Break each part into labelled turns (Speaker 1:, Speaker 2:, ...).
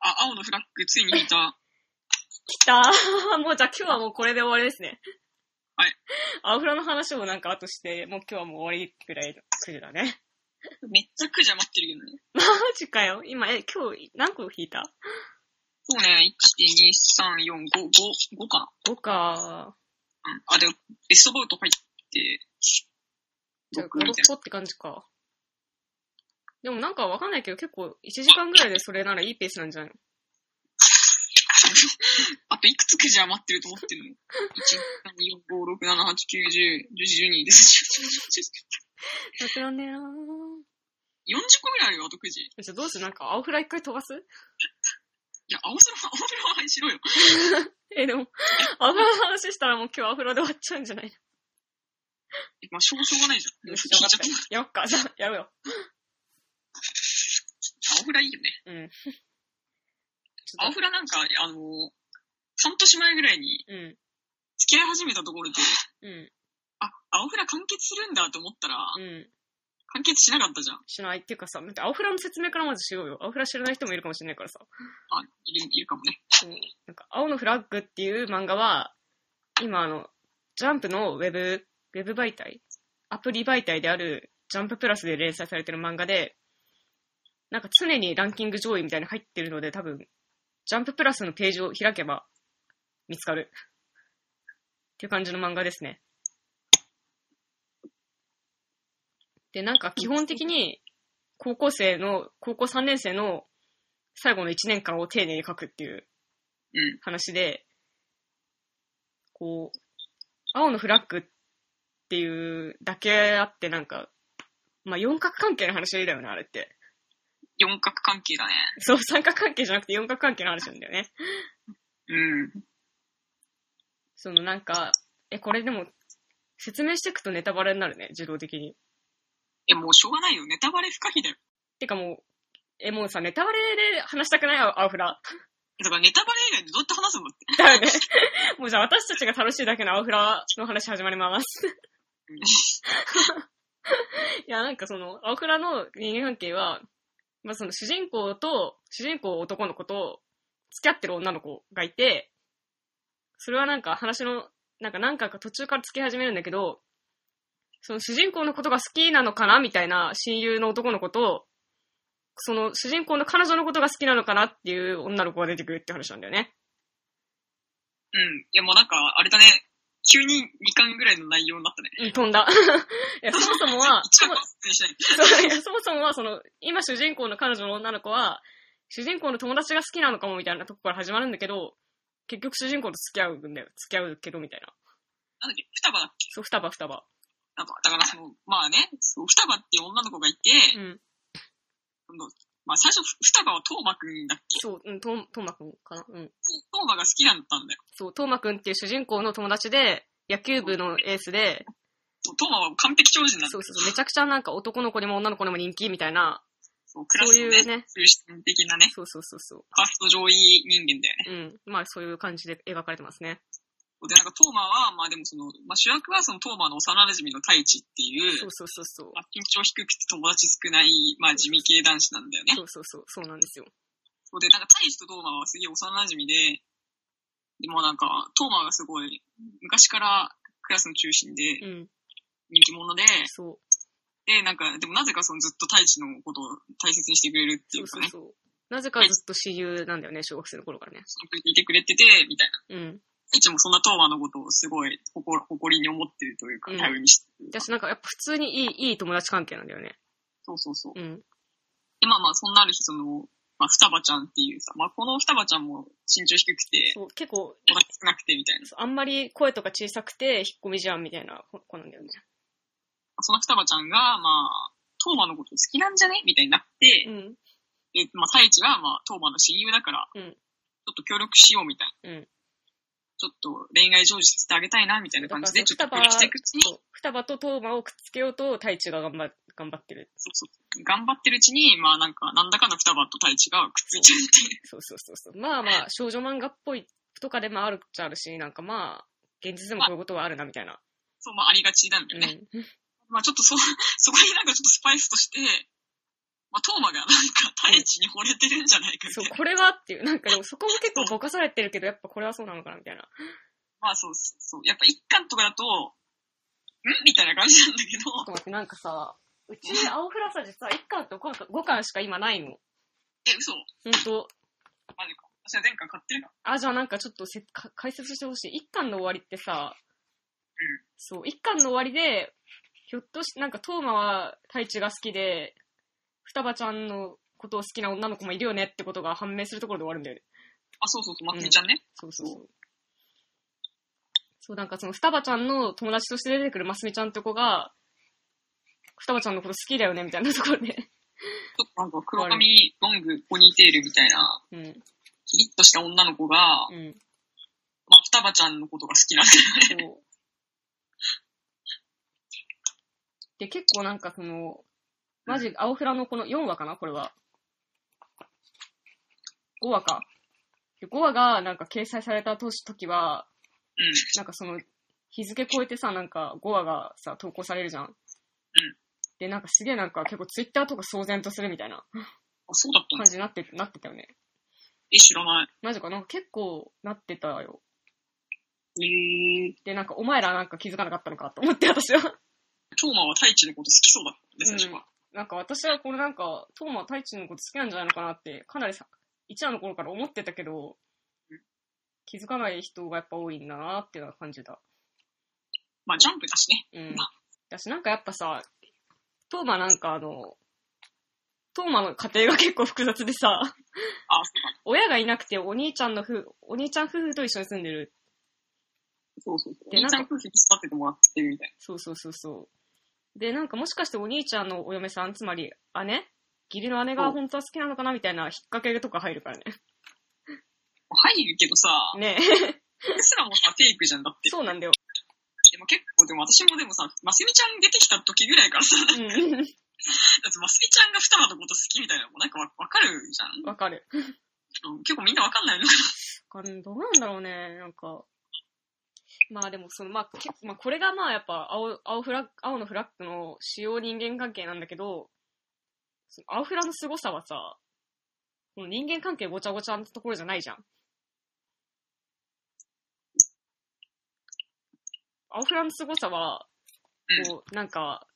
Speaker 1: 青のフラッグ、ついに引い た。
Speaker 2: 来たー。もうじゃあ今日はもうこれで終わりですね。
Speaker 1: はい。
Speaker 2: アフラの話もなんか後して、もう今日はもう終わりぐらいの9時だね。
Speaker 1: めっちゃくじゃ待ってるけどね。
Speaker 2: マジかよ。今、え、今日何個引いた
Speaker 1: そうね、1、2、3、4、5、5、5かな。
Speaker 2: ?5 か
Speaker 1: うん。あ、でも、ベストボート入って、
Speaker 2: ー。じゃあ
Speaker 1: 僕
Speaker 2: 5、
Speaker 1: みたい
Speaker 2: 6個って感じか。でもなんかわかんないけど結構1時間ぐらいでそれならいいペースなんじゃないの
Speaker 1: な。あといくつくじゃ待ってると思ってるの ?1、2、3、4、5、6、7、8、9、10、11、12です。
Speaker 2: なくなんねえなー。
Speaker 1: 40個ぐらいあるよ、あと9時。い
Speaker 2: じゃあどうするなんか青フラ一回飛ばす
Speaker 1: や、青空、 青空は配しろよ。
Speaker 2: え、 でも、アフラの話したらもう今日アフラで終わっちゃうんじゃない
Speaker 1: まあ、しょうしょうがないじゃん。
Speaker 2: の
Speaker 1: 聞
Speaker 2: よ
Speaker 1: い
Speaker 2: し、
Speaker 1: ちゃ
Speaker 2: 分か
Speaker 1: っ
Speaker 2: ったた。。やろっか。じゃあ、やろうよ。
Speaker 1: 青フラいいよね。
Speaker 2: うん。
Speaker 1: 青フラなんか、あの半年前ぐらいに
Speaker 2: うん。
Speaker 1: 付き合い始めたところで、
Speaker 2: うん。
Speaker 1: あ、青フラ完結するんだと思ったら、
Speaker 2: うん。
Speaker 1: 完結しなかったじゃん。
Speaker 2: しないっていうかさ、だってアフラの説明からまずしようよ。アフラ知らない人もいるかもしれないからさ。
Speaker 1: あ、いる、いるかもね。
Speaker 2: うんなんか、青のフラッグっていう漫画は、今あの、ジャンプのウェブ、ウェブ媒体アプリ媒体であるジャンププラスで連載されてる漫画で、なんか常にランキング上位みたいに入ってるので、多分、ジャンププラスのページを開けば見つかる。っていう感じの漫画ですね。で、なんか基本的に、高校生の、高校3年生の最後の1年間を丁寧に書くっていう
Speaker 1: うん。
Speaker 2: 話で、こう、青のフラッグっていうだけあってなんか、まあ、四角関係の話だよね、あれって。
Speaker 1: 四角関係だね。
Speaker 2: そう、三角関係じゃなくて四角関係の話なんだよね。
Speaker 1: うん。
Speaker 2: そのなんか、え、これでも、説明していくとネタバレになるね、自動的に。
Speaker 1: え、もうしょうがないよ。ネタバレ不可避だよ。
Speaker 2: てかもう、え、もうさ、ネタバレで話したくないアフラ。
Speaker 1: だからネタバレ以外でどうやって話すんだって。
Speaker 2: だよね。もうじゃあ私たちが楽しいだけのアフラの話始まります。いや、なんかその、アフラの人間関係は、まあその主人公と、主人公男の子と、付き合ってる女の子がいて、それはなんか話の、なんか何回か途中から付き始めるんだけど、その主人公のことが好きなのかなみたいな親友の男の子と、その主人公の彼女のことが好きなのかなっていう女の子が出てくるって話なんだよね。
Speaker 1: うん。いや、もうなんか、あれだね。急に2巻ぐらいの内容になったね。
Speaker 2: うん飛んだ。 いや、そもそも は、
Speaker 1: 1巻は説明しない。
Speaker 2: そういやそもそもは、その、今主人公の彼女の女の子は、主人公の友達が好きなのかもみたいなとこから始まるんだけど、結局主人公と付き合うんだよ。付き合うけどみたいな。
Speaker 1: なんだっけ、双葉だっけ
Speaker 2: そう、双葉双葉。
Speaker 1: なんか、だからその、まあね、そう双葉っていう女の子がいて、
Speaker 2: うん。
Speaker 1: そのまあ最初、双葉はトーマくんだっけ
Speaker 2: そう、うん、とう、とうまくんかな。うん。
Speaker 1: トーマが好きだったんだよ。
Speaker 2: そう、とうまくんっていう主人公の友達で、野球部のエースで、
Speaker 1: そうトーマは完璧超人なんだ
Speaker 2: そ
Speaker 1: よ。
Speaker 2: うそうそう、めちゃくちゃなんか男の子にも女の子にも人気みたいな、
Speaker 1: そう、クラ
Speaker 2: そう
Speaker 1: ス
Speaker 2: い
Speaker 1: の
Speaker 2: う
Speaker 1: ね、
Speaker 2: ね、
Speaker 1: 中心的なね、
Speaker 2: そうそうそうそう。
Speaker 1: ファースト上位人間だよね。
Speaker 2: うん。まあそういう感じで描かれてますね。
Speaker 1: で、なんかトーマは、まあでもその、まあ主役はそのトーマの幼馴染の太一っていう、
Speaker 2: そうそうそうそう。
Speaker 1: まあ、緊張低くて友達少ない、まあ、地味系男子なんだよね。
Speaker 2: そうそうそう、そうなんですよ。
Speaker 1: そうで、なんか、タイジとトーマはすげえ幼馴染で、でもなんか、トーマがすごい、昔からクラスの中心で
Speaker 2: うん。
Speaker 1: 人気者で、
Speaker 2: そう。
Speaker 1: で、なんか、でもなぜかそのずっとタイチのことを大切にしてくれるってい
Speaker 2: そうう
Speaker 1: か
Speaker 2: そう
Speaker 1: ね、
Speaker 2: そう。なぜかずっと親友なんだよね、小学生の頃からね。
Speaker 1: そのいてくれてて、みたいな。
Speaker 2: うん。
Speaker 1: タイチもそんなトーマのことをすごい誇誇りに思ってるというか、
Speaker 2: うん
Speaker 1: 頼りにしてる。
Speaker 2: 私なんかやっぱ普通にいい、いい友達関係なんだよね。
Speaker 1: そうそうそう。
Speaker 2: うん。
Speaker 1: で、まあまあ、そんなある日、その、まあ、双葉ちゃんっていうさ、まあ、この双葉ちゃんも身長低くて、
Speaker 2: そう、結構、
Speaker 1: 友達少なくて、みたいな。
Speaker 2: あんまり声とか小さくて引っ込みじゃんみたいな子なんだよね。
Speaker 1: その双葉ちゃんが、まあ、トーマのこと好きなんじゃねみたいになって、
Speaker 2: うん。
Speaker 1: で、まあ、太一が、まあ、トーマの親友だから、
Speaker 2: うん
Speaker 1: ちょっと協力しようみたいな。
Speaker 2: うん
Speaker 1: ちょっと恋愛成就させてあげたいな、みたいな感じで、ちょっと
Speaker 2: だか
Speaker 1: 協
Speaker 2: ら
Speaker 1: 力し
Speaker 2: そう
Speaker 1: ていくうちに、
Speaker 2: そう双葉とトーマをくっつけようと、太一が頑張、頑張ってる。
Speaker 1: そうそう頑張ってるうちに、まあ、なんか、なんだかんだ双葉と太一がくっついちゃって、
Speaker 2: そうそうそうそう。まあまあ、少女漫画っぽいとかでもあるっちゃあるし、なんかまあ、現実でもこういうことはあるなみたいな。
Speaker 1: そう、まあ、ありがちなんだよ
Speaker 2: うん
Speaker 1: ね。。まあ、ちょっとそ、そこになんかちょっとスパイスとして、まあ、トーマがなんか、太一に惚れてるんじゃないかみた
Speaker 2: そう
Speaker 1: い、な。
Speaker 2: これはっていう、なんかでもそこも結構ぼかされてるけど、やっぱこれはそうなのかなみたいな。
Speaker 1: まあ、そう、そう。やっぱ一巻とかだと、んみたいな感じなんだけど
Speaker 2: ちょっ、と待って、なんかさ、うち、青フラサジさ、1巻と5巻しか今ないの。
Speaker 1: え、嘘
Speaker 2: ほんと。
Speaker 1: マジか。私は前回買ってるな。
Speaker 2: あ、じゃあなんかちょっとせか解説してほしい。1巻の終わりってさ、
Speaker 1: ん
Speaker 2: そう、1巻の終わりで、ひょっとし、なんか、トーマは太一が好きで、双葉ちゃんのことを好きな女の子もいるよねってことが判明するところで終わるんだよね。
Speaker 1: あ、そうそうそう、まつみちゃんね。
Speaker 2: そうそうそう。そう、なんかその双葉ちゃんの友達として出てくるますみちゃんって子が、双葉ちゃんのこと好きだよねみたいなところで。
Speaker 1: ちょっとなんか黒髪、ロング、ポニーテールみたいな、
Speaker 2: うん。
Speaker 1: キリッとした女の子が、
Speaker 2: うん。
Speaker 1: まあ、双葉ちゃんのことが好きなんだよね。
Speaker 2: そう。で、結構なんかその、マジ、青フラのこの4話かなこれは。5話か。で5話がなんか掲載された年時は、
Speaker 1: うん。
Speaker 2: なんかその、日付超えてさ、なんか5話がさ、投稿されるじゃん。で、なんかすげえなんか結構ツイッターとか騒然とするみたいな
Speaker 1: あ、そうだったん
Speaker 2: 感
Speaker 1: だ。
Speaker 2: じになって、なってたよね。
Speaker 1: え、知らない。
Speaker 2: マジか、なんか結構なってたよ。
Speaker 1: えー、
Speaker 2: で、なんかお前らなんか気づかなかったのかと思って私は。
Speaker 1: トーマは太一のこと好きそうだったんで、最初は。
Speaker 2: なんか私はこれなんか、トーマ太一のこと好きなんじゃないのかなって、かなりさ、一話の頃から思ってたけど
Speaker 1: うん、
Speaker 2: 気づかない人がやっぱ多いんだなっていうのは感じた。
Speaker 1: まあ、ジャンプだしね。
Speaker 2: うん。だしなんかやっぱさ、トーマなんかあの、トーマの家庭が結構複雑でさ、
Speaker 1: あ、そうだ、ね。
Speaker 2: 親がいなくてお兄ちゃんの夫、お兄ちゃん夫婦と一緒に住んでる。
Speaker 1: そうそうそう。お
Speaker 2: で
Speaker 1: 兄ちゃん
Speaker 2: なん
Speaker 1: 夫婦に育ててもらってるみたい
Speaker 2: そうそうそうそう。で、なんかもしかしてお兄ちゃんのお嫁さん、つまり姉義理の姉が本当は好きなのかなみたいな引っ掛けとか入るからね。
Speaker 1: な。入るけどさ、
Speaker 2: ね
Speaker 1: それすらもさ、フェイクじゃんだって。
Speaker 2: そうなんだよ。
Speaker 1: でも結構、でも私もでもさ、マスミちゃん出てきた時ぐらいからさ、だ
Speaker 2: う
Speaker 1: ってマスミちゃんが双葉のこと好きみたいなのもなんかわわかるじゃん
Speaker 2: ん。わかる。
Speaker 1: うん結構みんなわかんないよね。
Speaker 2: わかるどうなんだろうね、なんか。まあでも、その、まあ、結構、まあ、これがまあ、やっぱ青、青フラッグ、青のフラッグの主要人間関係なんだけど、その青フラの凄さはさ、この人間関係ごちゃごちゃのところじゃないじゃん。青フラの凄さは、こう、なんか、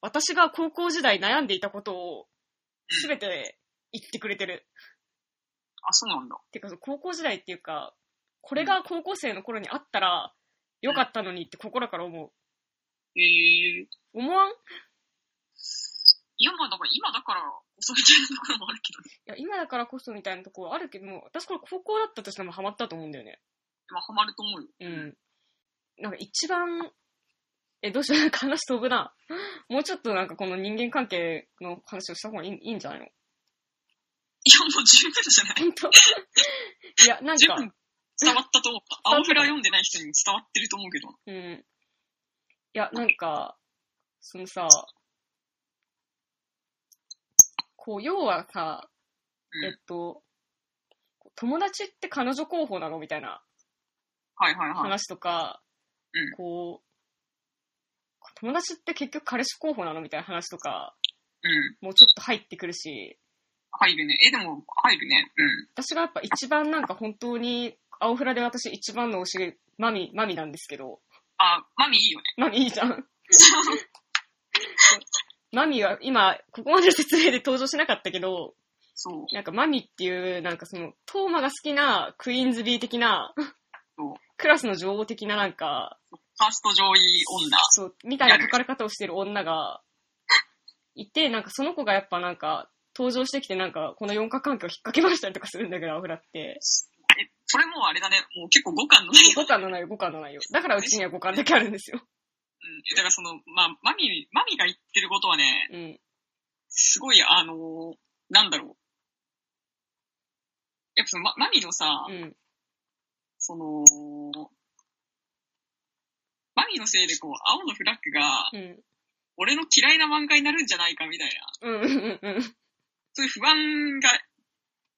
Speaker 2: 私が高校時代悩んでいたことを、すべて言ってくれてる。
Speaker 1: あ、そうなんだ。
Speaker 2: てか、高校時代っていうか、これが高校生の頃にあったら、よかったのにって心から思
Speaker 1: へえー。
Speaker 2: う。思わんい
Speaker 1: いや、まあだから今だからこそみたいなところもあるけどね。
Speaker 2: や、今だからこそみたいなところあるけども、私これ高校だったとしてもハマったと思うんだよね。
Speaker 1: まあハマると思うよ。
Speaker 2: うん。なんか一番、え、どうしよう、 なんか話飛ぶな。もうちょっとなんかこの人間関係の話をした方がいいいいんじゃないの
Speaker 1: いや、もう十分じゃない。
Speaker 2: 本当 いや、なん
Speaker 1: 十
Speaker 2: か、
Speaker 1: 分伝わったと思った。
Speaker 2: うん
Speaker 1: 青フラ読んでない人にも伝わってると思うけど。
Speaker 2: うん。いや、なんか、そのさ、こう、要はさ、
Speaker 1: うん
Speaker 2: えっと、友達って彼女候補なのみたいな
Speaker 1: はいはいはい。
Speaker 2: 話とか、
Speaker 1: うん
Speaker 2: こう、友達って結局彼氏候補なのみたいな話とか、
Speaker 1: うん。
Speaker 2: もうちょっと入ってくるし、
Speaker 1: 入るね。え、でも入るね。うん。
Speaker 2: 私がやっぱ一番なんか本当に、青フラで私一番の推し、マミ、マミなんですけど、
Speaker 1: あ、マミい いよね。
Speaker 2: マミいいじゃん。マミは今、ここまでの説明で登場しなかったけど、
Speaker 1: そう。
Speaker 2: なんかマミっていう、なんかその、トーマが好きなクイーンズビー的な
Speaker 1: そう、
Speaker 2: クラスの女王的ななんか、
Speaker 1: ファースト上位女。
Speaker 2: そう、みたいな書かれ方をしてる女がいて、なんかその子がやっぱなんか、登場してきてなんか、この四角関係を引っ掛けましたりとかするんだけど、アフラって。
Speaker 1: え、それもうあれだね。もう結構五感のね。
Speaker 2: 5巻の内容、5巻の内容。だからうちには5巻だけあるんですよ。
Speaker 1: うん。だからその、まあ、マミ、マミが言ってることはね、
Speaker 2: うん。
Speaker 1: すごい、あのーなんだろう。やっぱその、ま、マミのさ、
Speaker 2: うん。
Speaker 1: その、マミのせいでこう、青のフラッグが、
Speaker 2: うん。
Speaker 1: 俺の嫌いな漫画になるんじゃないかみたいな、
Speaker 2: うん。うん。うん
Speaker 1: そういう不安が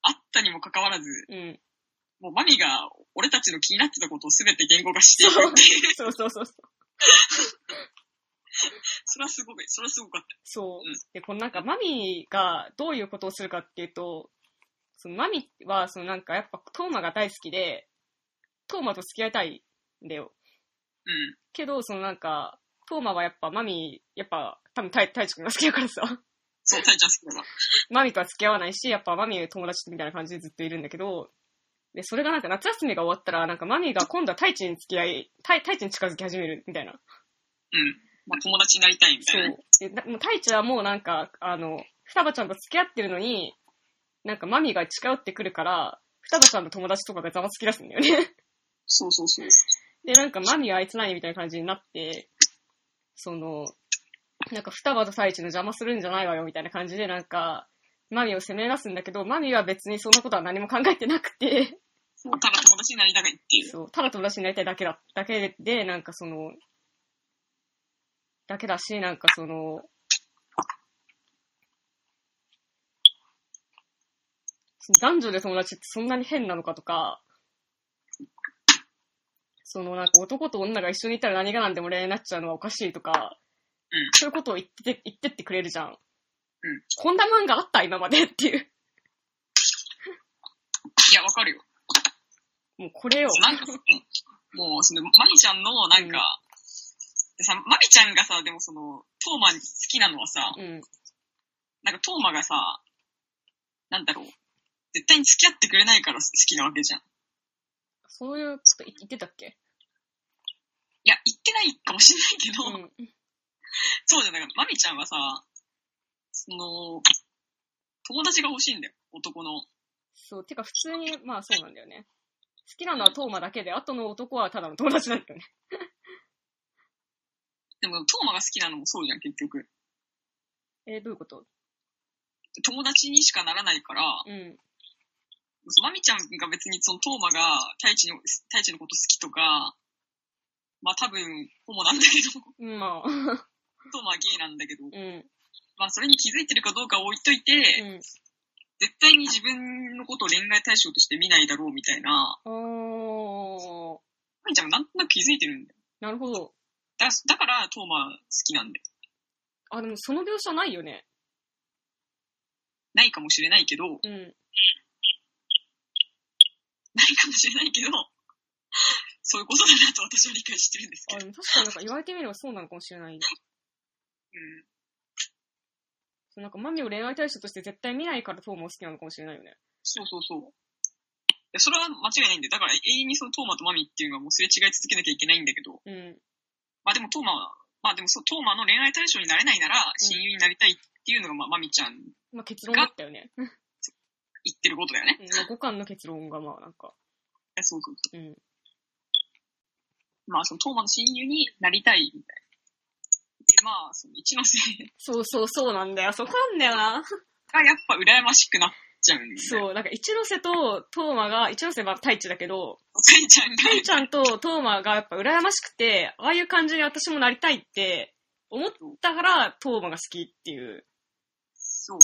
Speaker 1: あったにもかかわらず、
Speaker 2: うん。
Speaker 1: もうマミが俺たちの気になってたことを全て言語化していくっていう。
Speaker 2: そうそうそうそう。
Speaker 1: それはすごい、それはすごかった。
Speaker 2: そう
Speaker 1: うん。
Speaker 2: で、このなんか、マミがどういうことをするかっていうと、そのマミは、そのなんか、やっぱ、トーマが大好きで、トーマと付き合いたいんだよ。
Speaker 1: うん。
Speaker 2: けど、そのなんか、トーマはやっぱ、マミ、やっぱ、多分、たい、たいちくんが好きだからさ、
Speaker 1: そう、タイちゃん好きだわ。
Speaker 2: マミとは付き合わないし、やっぱ、マミ友達みたいな感じでずっといるんだけど、で、それがなんか、夏休みが終わったら、なんか、マミが今度はタイチに付き合い、タイ、タイチに近づき始めるみたいな。
Speaker 1: うん。まあ、友達になりたいみた
Speaker 2: そ
Speaker 1: いな。
Speaker 2: う。で、なもう太一はもうなんか、あの、双葉ちゃんと付き合ってるのに、なんかマミが近寄ってくるから、双葉ちゃんの友達とかがざわつき出すんだよね。
Speaker 1: そうそうそう。
Speaker 2: で、なんかマミはあいつ何みたいな感じになって、その、なんか双葉と太一の邪魔するんじゃないわよみたいな感じで、なんか、マミを責め出すんだけど、マミは別にそんなことは何も考えてなくて、
Speaker 1: まあただ友達になりたいっていう。
Speaker 2: そう、ただ友達になりたいだけだ、だけで、なんかその、だけだし、なんかその、男女で友達ってそんなに変なのかとか、そのなんか男と女が一緒にいたら何が何でも恋愛になっちゃうのはおかしいとか、
Speaker 1: うん
Speaker 2: そういうことを言って言ってってくれるじゃん。
Speaker 1: ん
Speaker 2: こんな漫画あった今までっていう。
Speaker 1: いや、わかるよ。
Speaker 2: もうこれよ。
Speaker 1: なんか、もう、その、マミちゃんの、なんか、でさ、マミちゃんがさ、でもその、トーマ好きなのはさ、
Speaker 2: うん。
Speaker 1: なんかトーマがさ、なんだろう、絶対に付き合ってくれないから好きなわけじゃん。い
Speaker 2: そういうこと言ってたっけ
Speaker 1: や、言ってないかもしれないけど、
Speaker 2: うん。
Speaker 1: そうじゃなくて、マミちゃんはさ、その、友達が欲しいんだよ、男の。
Speaker 2: そう、てか普通に、まあそうなんだよね。好きなのはトーマだけで、あとの男はただの友達なんだよね。
Speaker 1: でも、トーマが好きなのもそうじゃん、結局。
Speaker 2: えーどういうこと
Speaker 1: 友達にしかならないから、
Speaker 2: うん。
Speaker 1: マミちゃんが別にそのトーマが太一の、太一のこと好きとか、まあ多分、ホモなんだけど、
Speaker 2: うんまあ、
Speaker 1: トーマはゲイなんだけど、
Speaker 2: うん。
Speaker 1: まあそれに気づいてるかどうかは置いといて、
Speaker 2: うん。
Speaker 1: 絶対に自分のことを恋愛対象として見ないだろうみたいな、
Speaker 2: おー、
Speaker 1: マミちゃんもなんとなく気づいてるんだよ。
Speaker 2: なるほど。
Speaker 1: だだから、トーマ好きなんだよ。
Speaker 2: あ、でもその描写ないよね。
Speaker 1: ないかもしれないけど、ない
Speaker 2: うん。
Speaker 1: かもしれないけど、そういうことだなと私は理解してるんです
Speaker 2: あ、
Speaker 1: け
Speaker 2: で
Speaker 1: ど。
Speaker 2: も確かになんか言われてみればそうなのかもしれない。
Speaker 1: うん。
Speaker 2: そうなんかマミを恋愛対象として絶対見ないからトーマを好きなのかもしれないよね。
Speaker 1: そうそうそう。いやそれは間違いないんで、だから永遠にそのトーマとマミっていうのはもうすれ違い続けなきゃいけないんだけど、
Speaker 2: うん。
Speaker 1: まあでもトーマは、まあでもそう、トーマの恋愛対象になれないなら、親友になりたいっていうのが、まあ、マミちゃん
Speaker 2: まあ結論だったよね。うん、ま
Speaker 1: 言ってることだよね。
Speaker 2: あ五感の結論がまあなんか、
Speaker 1: いやそうそうそ
Speaker 2: うん。
Speaker 1: う。まあそのトーマの親友になりたいみたいな。で、まあ、その一ノ瀬
Speaker 2: そうそうそうなんだよ。そこなんだよな。
Speaker 1: がやっぱ羨ましくなっちゃうんだよ。そう。
Speaker 2: そう、なんか一ノ瀬とトーマが、一ノ瀬は太一だけど、
Speaker 1: サイちゃんが
Speaker 2: ペ、ンちゃんとトーマがやっぱ羨ましくて、ああいう感じに私もなりたいって思ったから、トーマが好きっていう。
Speaker 1: そう。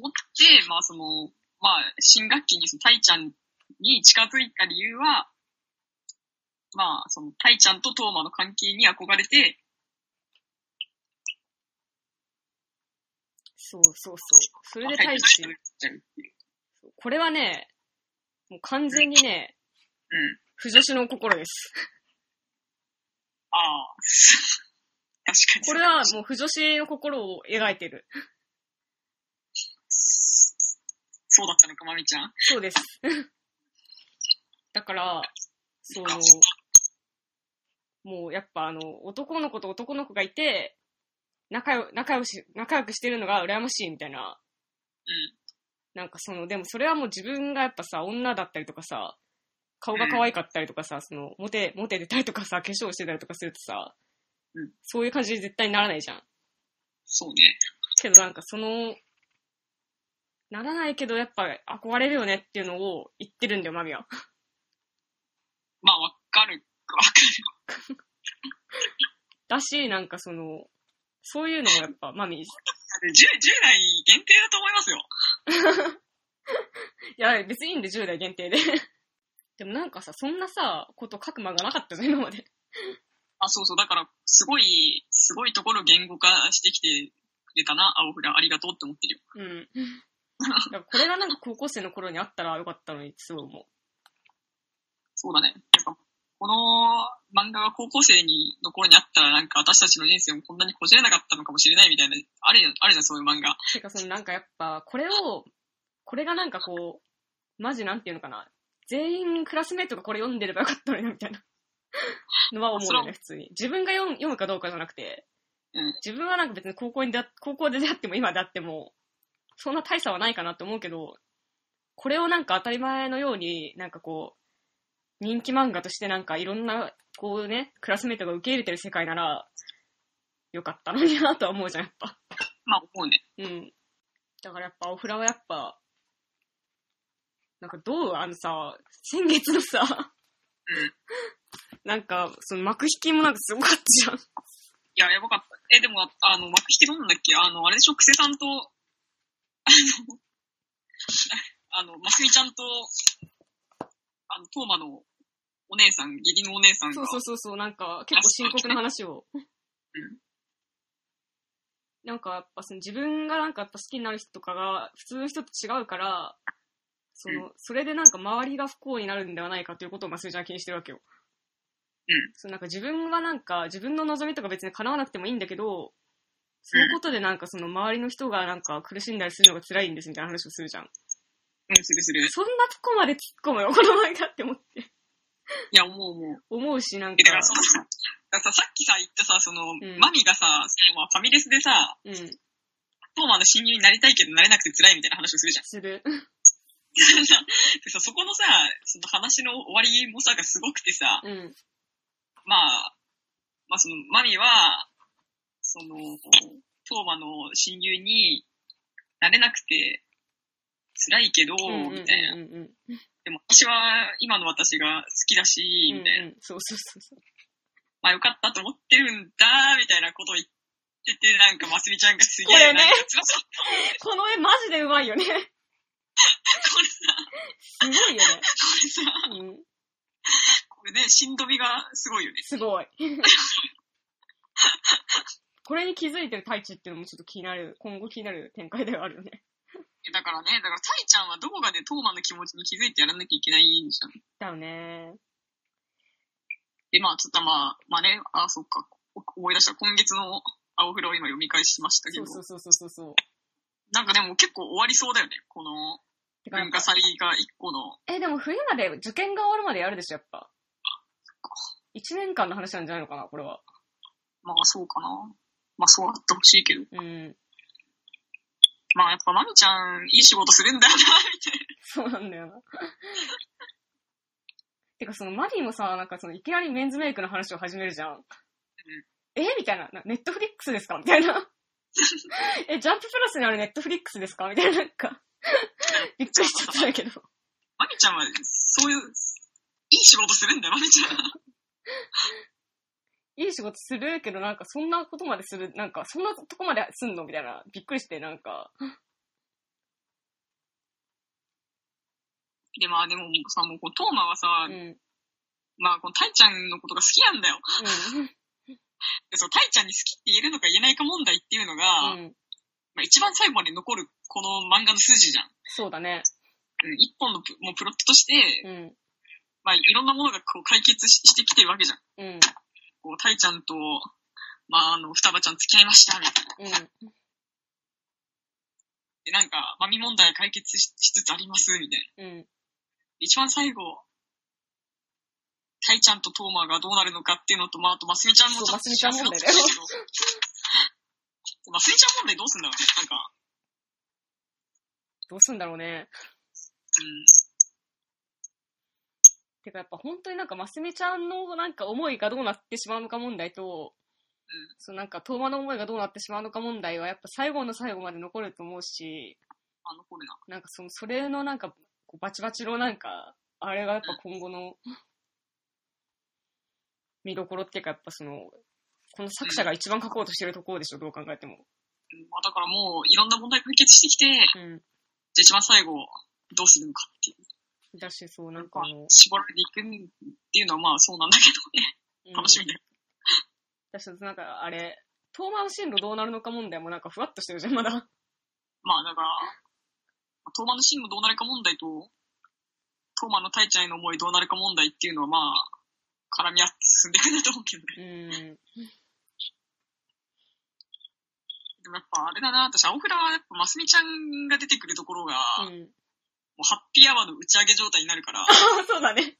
Speaker 1: 思って、まあその、まあ、新学期にそのタイちゃんに近づいた理由は、まあ、その、タイちゃんとトーマの関係に憧れて、
Speaker 2: そうそうそう。それで
Speaker 1: タ
Speaker 2: 大
Speaker 1: イ
Speaker 2: 一
Speaker 1: ちゃん、になっちゃうっていう。
Speaker 2: これはね、もう完全にね、
Speaker 1: うん。
Speaker 2: 不女子の心です。
Speaker 1: ああ。 確かに。
Speaker 2: これはもう不女子の心を描いてる。
Speaker 1: そうだったのか、まみちゃん。
Speaker 2: そうです。だから、その、もうやっぱあの、男の子と男の子がいて、仲よ、仲良し、仲良くしてるのが羨ましいみたいな。
Speaker 1: うん。
Speaker 2: なんかその、でもそれはもう自分がやっぱさ、女だったりとかさ、顔が可愛かったりとかさ、その、モテ、モテてたりとかさ、化粧してたりとかするとさ、
Speaker 1: うん
Speaker 2: そういう感じに絶対ならないじゃん。
Speaker 1: そうね。
Speaker 2: けどなんかその、ならないけどやっぱ憧れるよねっていうのを言ってるんだよ、マミは。
Speaker 1: まあ、わかる。わか
Speaker 2: だし、なんかその、そういうのもやっぱマミ、い
Speaker 1: る。10、10代 限定だと思いますよ。
Speaker 2: や、別にいいんで10代限定で。 でもなんかさ、そんなさ、こと書く間がなかったじゃん、今まで。
Speaker 1: あ、そうそう。だから、すごい、すごいところ言語化してきてくれたな、青フラ、ありがとうって思ってるよ。
Speaker 2: うん。だからこれがなんか高校生の頃にあったらよかったのにってすごい思う。
Speaker 1: そうだね。やっぱ、この漫画が高校生にの頃にあったら、なんか私たちの人生もこんなにこじれなかったのかもしれないみたいな、あるじゃん、あるじゃん、そういう漫画。
Speaker 2: てか、そのなんかやっぱ、これを、これがなんかこう、マジなんていうのかな。全員クラスメイトがこれ読んでればよかったのにな、みたいな。のは思うよね、普通に。自分が読む読むかどうかじゃなくて、
Speaker 1: うん
Speaker 2: 自分はなんか別に高校に出会っ高校で出会っても今であっても、そんな大差はないかなって思うけど、これをなんか当たり前のように、なんかこう、人気漫画としてなんかいろんな、こうね、クラスメイトが受け入れてる世界なら、よかったのになとは思うじゃん、やっぱ。
Speaker 1: まあ思うね。
Speaker 2: うん。だからやっぱ、オフラはやっぱ、なんかどうあのさ、先月のさ、なんか、その幕引きもなんかすごかったじゃん。
Speaker 1: いや、やばかった。え、でも、ああの、幕引きどうなんだっけあの、あれでしょ、クセさんと、 あの、あの、ますみちゃんと、あの、トーマのお姉さん、義理のお姉さんが、
Speaker 2: そうそうそうそう、なんか結構深刻な話を。なんかやっぱその自分がなんかやっぱ好きになる人とかが普通の人と違うから、その、それでなんか周りが不幸になるんではないかということをマスミちゃんは気にしてるわけよ。
Speaker 1: うん。
Speaker 2: そうなんか自分はなんか自分の望みとか別に叶わなくてもいいんだけど、そのことでなんかその周りの人がなんか苦しんだりするのが辛いんですみたいな話をするじゃん。
Speaker 1: うん、するする。い
Speaker 2: そんなとこまで突っ込むよ、この漫画って思って。
Speaker 1: や、思う思う。
Speaker 2: 思うし、なん
Speaker 1: え、だか
Speaker 2: か。
Speaker 1: らその、だからさ、さっきさ、言ったさ、その、
Speaker 2: ん
Speaker 1: マミがさ、まあ、ファミレスでさ、
Speaker 2: うん。
Speaker 1: トーマの親友になりたいけどなれなくて辛いみたいな話をするじゃん。
Speaker 2: する。
Speaker 1: でさ、そこのさ、その話の終わりもさがすごくてさ、
Speaker 2: うん。
Speaker 1: まあ、まあその、マミは、その、トーマの親友になれなくて、辛いけど、
Speaker 2: うんうんうんうん
Speaker 1: みたいな。
Speaker 2: うん
Speaker 1: でも私は、今の私が好きだし、みたいな。
Speaker 2: うんそうそうそうそう。
Speaker 1: まあよかったと思ってるんだ、みたいなことを言ってて、なんか、ますみちゃんがすげ
Speaker 2: これ
Speaker 1: え、
Speaker 2: ね
Speaker 1: なんか、つらそう
Speaker 2: この絵マジでうまいよね。すごいよね。
Speaker 1: でさ、
Speaker 2: うん。
Speaker 1: これね、しんどみがすごいよね。
Speaker 2: すごい。これに気づいてる太一っていうのもちょっと気になる、今後気になる展開ではあるよね。
Speaker 1: だからね、だから、タイちゃんはどこかでトーマの気持ちに気づいてやらなきゃいけないんじゃん。
Speaker 2: だよね。
Speaker 1: で、まあ、ちょっとまあ、まあね、あ、そっか、お思い出した。今月の青風呂を今読み返しましたけ
Speaker 2: そ
Speaker 1: ど
Speaker 2: う、そうそうそうそうそう。
Speaker 1: なんかでも結構終わりそうだよね。この
Speaker 2: てかやっ
Speaker 1: 文
Speaker 2: ぱ
Speaker 1: 化祭が一個の。
Speaker 2: え、でも冬まで、受験が終わるまでやるでしょ、やっぱ。一年間の話なんじゃないのかな、これは。
Speaker 1: まあ、そうかな。まあ、そうあってほしいけど。
Speaker 2: うん。
Speaker 1: まあ、やっぱ、まみちゃん、いい仕事するんだよな、みたいな。
Speaker 2: そうなん だよな。てか、その、マリーもさ、なんかその、いきなりメンズメイクの話を始めるじゃん。えみたいな。なネットフリックスですかみたい な。え、ジャンププラスにあるネットフリックスですかみたいな、なんか。びっくりしちゃったんだけど。
Speaker 1: まみちゃんは、そういう、いい仕事するんだよ、まみちゃん。
Speaker 2: いい仕事するけど、なんかそんなことまでする、なんかそんなとこまですんのみたいな、びっくりして、なんか。
Speaker 1: で、まあ、でも、さ、もう、こうトーマはさ、
Speaker 2: うん。うん。
Speaker 1: まあ、このタイちゃんのことが好きなんだよ。で、そう、タイちゃんに好きって言えるのか言えないか問題っていうのが、
Speaker 2: うん。
Speaker 1: まあ、一番最後まで残る、この漫画の筋じゃん。
Speaker 2: そうだね。
Speaker 1: うん一本のプもうプロットとして、
Speaker 2: うん。
Speaker 1: まあ、いろんなものがこう解決ししてきてるわけじゃん。
Speaker 2: うん。
Speaker 1: こう、タイちゃんと、まあ、あの、双葉ちゃん付き合いました、みたいな。
Speaker 2: うん。
Speaker 1: で、なんか、マミ問題解決ししつつあります、みたいな。
Speaker 2: うん。
Speaker 1: 一番最後、タイちゃんとトーマがどうなるのかっていうのと、まあ、あと、マスミちゃんも
Speaker 2: そう
Speaker 1: ちょっと幸せだったんだけ
Speaker 2: マスミちゃん問題だよ
Speaker 1: ど。マスミちゃん問題どうすんだろうね。なんか、
Speaker 2: どうすんだろうね。
Speaker 1: うん。
Speaker 2: てかやっぱ本当になんか、ますみちゃんのなんか思いがどうなってしまうのか問題と、
Speaker 1: うん
Speaker 2: そうなんか、遠間の思いがどうなってしまうのか問題は、やっぱ最後の最後まで残ると思うし、
Speaker 1: あの頃な。
Speaker 2: なんかその、それのなんか、こうバチバチのなんか、あれがやっぱ今後の、見どころっていうか、やっぱその、この作者が一番書こうとしてるところでしょ、どう考えても。
Speaker 1: うんまあ、だからもう、いろんな問題解決してきて、じゃあ
Speaker 2: うん。
Speaker 1: 一番最後、どうするのかっていう。
Speaker 2: だし、そう、なんか
Speaker 1: まあ
Speaker 2: あの、、
Speaker 1: 絞られていくっていうのはまあ、そうなんだけどね。
Speaker 2: うん
Speaker 1: 楽しみだよ。
Speaker 2: 私、なんか、あれ、遠回の進路どうなるのか問題もなんかふわっとしてるじゃん、まだ。
Speaker 1: まあだから、東馬の進路どうなるか問題と、東馬の大ちゃんへの思いどうなるか問題っていうのはまあ、絡み合って進んでるんだと思うけどね。
Speaker 2: うん。
Speaker 1: でもやっぱあれだな、私、青フラはやっぱ、ますみちゃんが出てくるところが、も
Speaker 2: う。
Speaker 1: うんハッピーアワーの打ち上げ状態になるから、
Speaker 2: そうだね。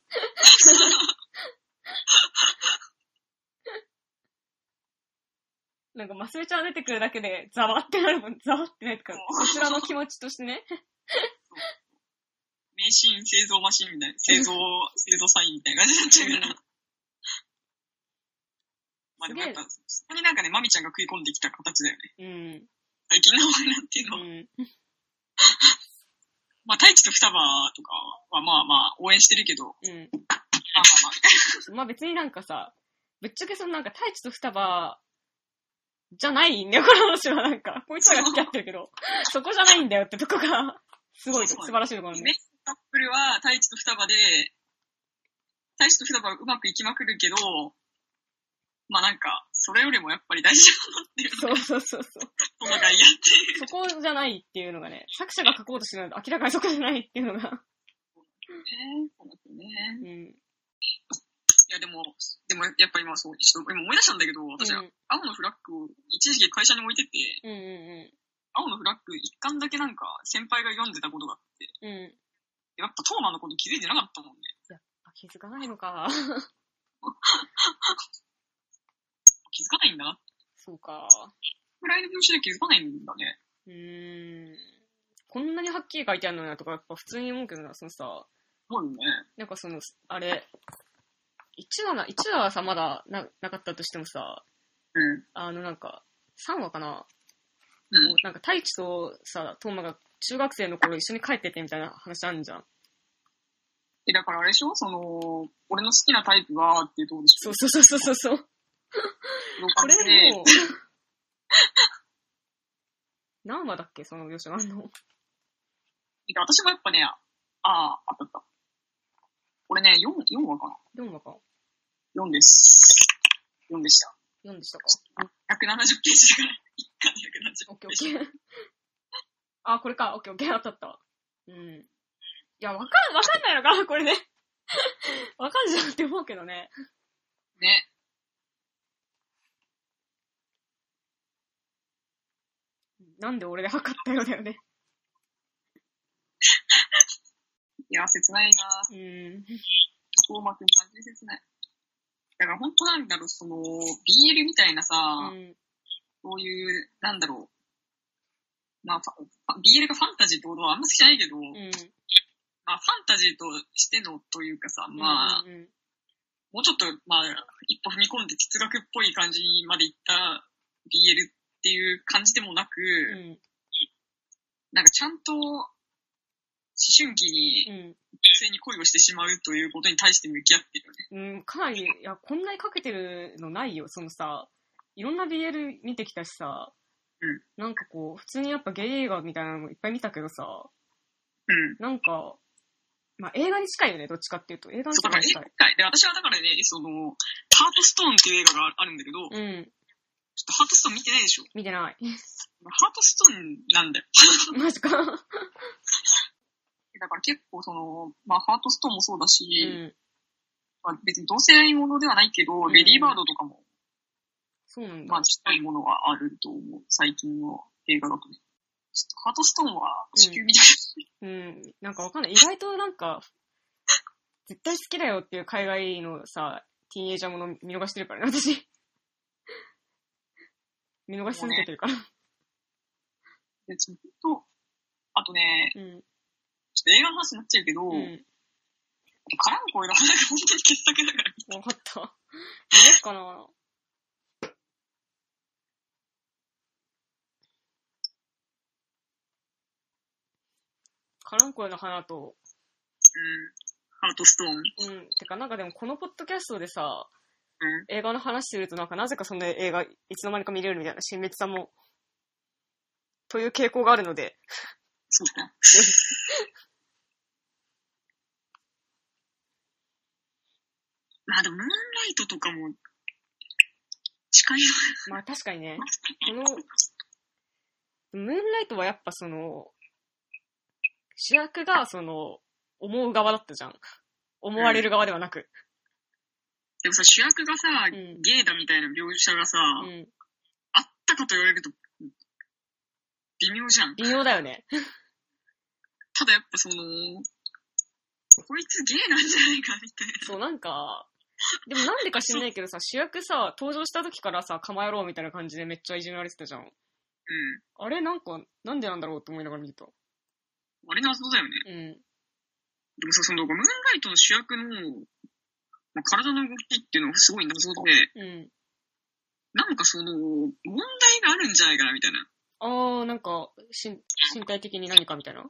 Speaker 2: なんか、マスミちゃん出てくるだけで、ざわってなるもん、ざわってなるから、こちらの気持ちとしてね。
Speaker 1: 名シーン製造マシンみたいな、製造、製造サインみたいな感じになっちゃうから。まあでもやっぱ、そこになんかね、まみちゃんが食い込んできた形だよね。
Speaker 2: うん。
Speaker 1: 最近のワイナっていうのは。
Speaker 2: うん。
Speaker 1: まあ、太一と双葉とかはまあまあ、応援してるけど、ま
Speaker 2: う
Speaker 1: あまあ
Speaker 2: ん。
Speaker 1: まあ、
Speaker 2: まあ別になんかさ、ぶっちゃけそのなんか太一と双葉じゃないんだよ、この話はなんか。こいつらが付き合ってるけ ど、そこじゃないんだよってとこが、すごいとこ、素晴らしいところ
Speaker 1: イ
Speaker 2: ね
Speaker 1: メー。ジカップルは、太一と双葉で、太一と双葉はうまくいきまくるけど、まあなんか、それよりもやっぱり大事なのっていう
Speaker 2: そうそうそうそう。
Speaker 1: のが嫌っていう。
Speaker 2: そこじゃないっていうのがね、作者が書こうとしてるのは明らかにそこじゃないっていうのが。
Speaker 1: ね、そうなんですよね。
Speaker 2: うん。
Speaker 1: いやでも、でもやっぱ今そう、ちょっと今思い出したんだけど、私、
Speaker 2: うん
Speaker 1: 青のフラッグを一時期会社に置いてて、
Speaker 2: うんう
Speaker 1: 青のフラッグ一巻だけなんか先輩が読んでたことがあって、
Speaker 2: んうん。うん。
Speaker 1: やっぱトーマのこと気づいてなかったもんね。
Speaker 2: あ、気づかないのか。
Speaker 1: 気づかないんだな。
Speaker 2: そうか。
Speaker 1: ぐらいの描写で気づかないんだね。
Speaker 2: うーん。こんなにはっきり書いてあるのになとか、やっぱ普通に思うけどな、そのさ、
Speaker 1: そうよね。
Speaker 2: なんかその、あれ、1話な、1話はさ、まだななかったとしてもさ、
Speaker 1: うん。
Speaker 2: あのなんか、3話かな、
Speaker 1: うん。
Speaker 2: なんか太一とさ、トーマが中学生の頃一緒に帰っててみたいな話あるじゃん。
Speaker 1: え、だからあれでしょその、俺の好きなタイプはっていうとこでし
Speaker 2: そ
Speaker 1: ょ
Speaker 2: うそうそうそうそう。
Speaker 1: の
Speaker 2: こ
Speaker 1: 感じ
Speaker 2: れ
Speaker 1: で
Speaker 2: もう、何話だっけその描写があんの。
Speaker 1: で私もやっぱね、ああ、あったあった。俺ね、4、4話かな
Speaker 2: 4話か。
Speaker 1: ?4 です。4でした。
Speaker 2: 4でしたか。
Speaker 1: 170ページだから、一巻で
Speaker 2: オッ
Speaker 1: 170ペー
Speaker 2: ケーオ
Speaker 1: ジ。
Speaker 2: ッケー。あ、これか。オッケーオッケー。当たったわ。うん。いや、わかん、わかんないのかこれね。わかんじゃんって思うけどね。
Speaker 1: ね。
Speaker 2: なんで俺で測ったようだよね。
Speaker 1: いや、切ないな
Speaker 2: うん。
Speaker 1: 相馬くんマジで切ない。だから本当なんだろう、その、BL みたいなさ、
Speaker 2: うん。
Speaker 1: そういう、なんだろう。まあ、ファファ BL がファンタジーってことはあんま好きじゃないけど、
Speaker 2: うん。
Speaker 1: まあ、ファンタジーとしてのというかさ、まあ、
Speaker 2: うんうん
Speaker 1: もうちょっと、まあ、一歩踏み込んで哲学っぽい感じまでいった BL っていう感じでもなく、
Speaker 2: うん。
Speaker 1: なんかちゃんと、思春期
Speaker 2: う
Speaker 1: に
Speaker 2: ん。
Speaker 1: 女性に恋をしてしまうということに対して向き合ってるよね。
Speaker 2: うん。かなり、いや、こんなにかけてるのないよ。そのさ、いろんな BL 見てきたしさ、
Speaker 1: うん
Speaker 2: なんかこう、普通にやっぱゲイ映画みたいなのもいっぱい見たけどさ、
Speaker 1: うん。
Speaker 2: なんか、まあ映画に近いよね、どっちかっていうと。映画に
Speaker 1: そう、だか
Speaker 2: 近
Speaker 1: ら
Speaker 2: い。
Speaker 1: 映画界で、私はだからね、その、ハートストーンっていう映画があるんだけど、ちょっ
Speaker 2: うん。
Speaker 1: とハートストーン見てないでしょ。
Speaker 2: 見てない。
Speaker 1: ハートストーンなんだよ。
Speaker 2: マジか。
Speaker 1: だから結構その、まあ、ハートストーンもそうだし、
Speaker 2: うん。
Speaker 1: まあ、別に同性愛ものではないけど、
Speaker 2: ん
Speaker 1: レディーバードとかも、
Speaker 2: そうなん
Speaker 1: ま
Speaker 2: だ
Speaker 1: あ、。近いものはあると思う。最近の映画だとね。ちょっとハートストーンは地球みたい
Speaker 2: うん。なんかわかんない。意外となんか、絶対好きだよっていう海外のさ、ティーンエイジャーもの見逃してるからね、私。 見逃し続けてるから。
Speaker 1: な。で、ちょっと、あとね、
Speaker 2: うん。
Speaker 1: ちょっと映画の話になっちゃうけど、
Speaker 2: う
Speaker 1: 絡む
Speaker 2: ん。
Speaker 1: カランコエラはなんか本当に傑作だから、
Speaker 2: わかった。見れっかなカランコエの花と、
Speaker 1: うん。ハートストーン。
Speaker 2: うん。てか、なんかでもこのポッドキャストでさ、
Speaker 1: うん
Speaker 2: 映画の話してると、なんかなぜかそんな映画、いつの間にか見れるみたいな、新別さんも、という傾向があるので、
Speaker 1: そう だね。まあでも、ムーンライトとかも、かに。
Speaker 2: まあ確かにね。この、ムーンライトはやっぱその、主役がその、思う側だったじゃん。思われる側ではなく。
Speaker 1: でもさ、主役がさ、
Speaker 2: うん
Speaker 1: ゲイだみたいな描写がさ、
Speaker 2: うん。
Speaker 1: あったかと言われると、微妙じゃん。
Speaker 2: 微妙だよね。
Speaker 1: ただやっぱその、こいつゲイなんじゃないかみたいな。
Speaker 2: そう、なんか、でもなんでか知んないけどさ、主役さ、登場した時からさ、構えろみたいな感じでめっちゃいじめられてたじゃん。あれなんか、なんでなんだろうって思いながら見てた。
Speaker 1: うん。あれ謎だよね。
Speaker 2: うん。
Speaker 1: でもさ、その、ムーンライトの主役の、まあ、体の動きっていうのがすごい謎で、
Speaker 2: うん。
Speaker 1: なんかその、問題があるんじゃないかなみたいな。
Speaker 2: あー、なんか、しん身体的に何かみたいな。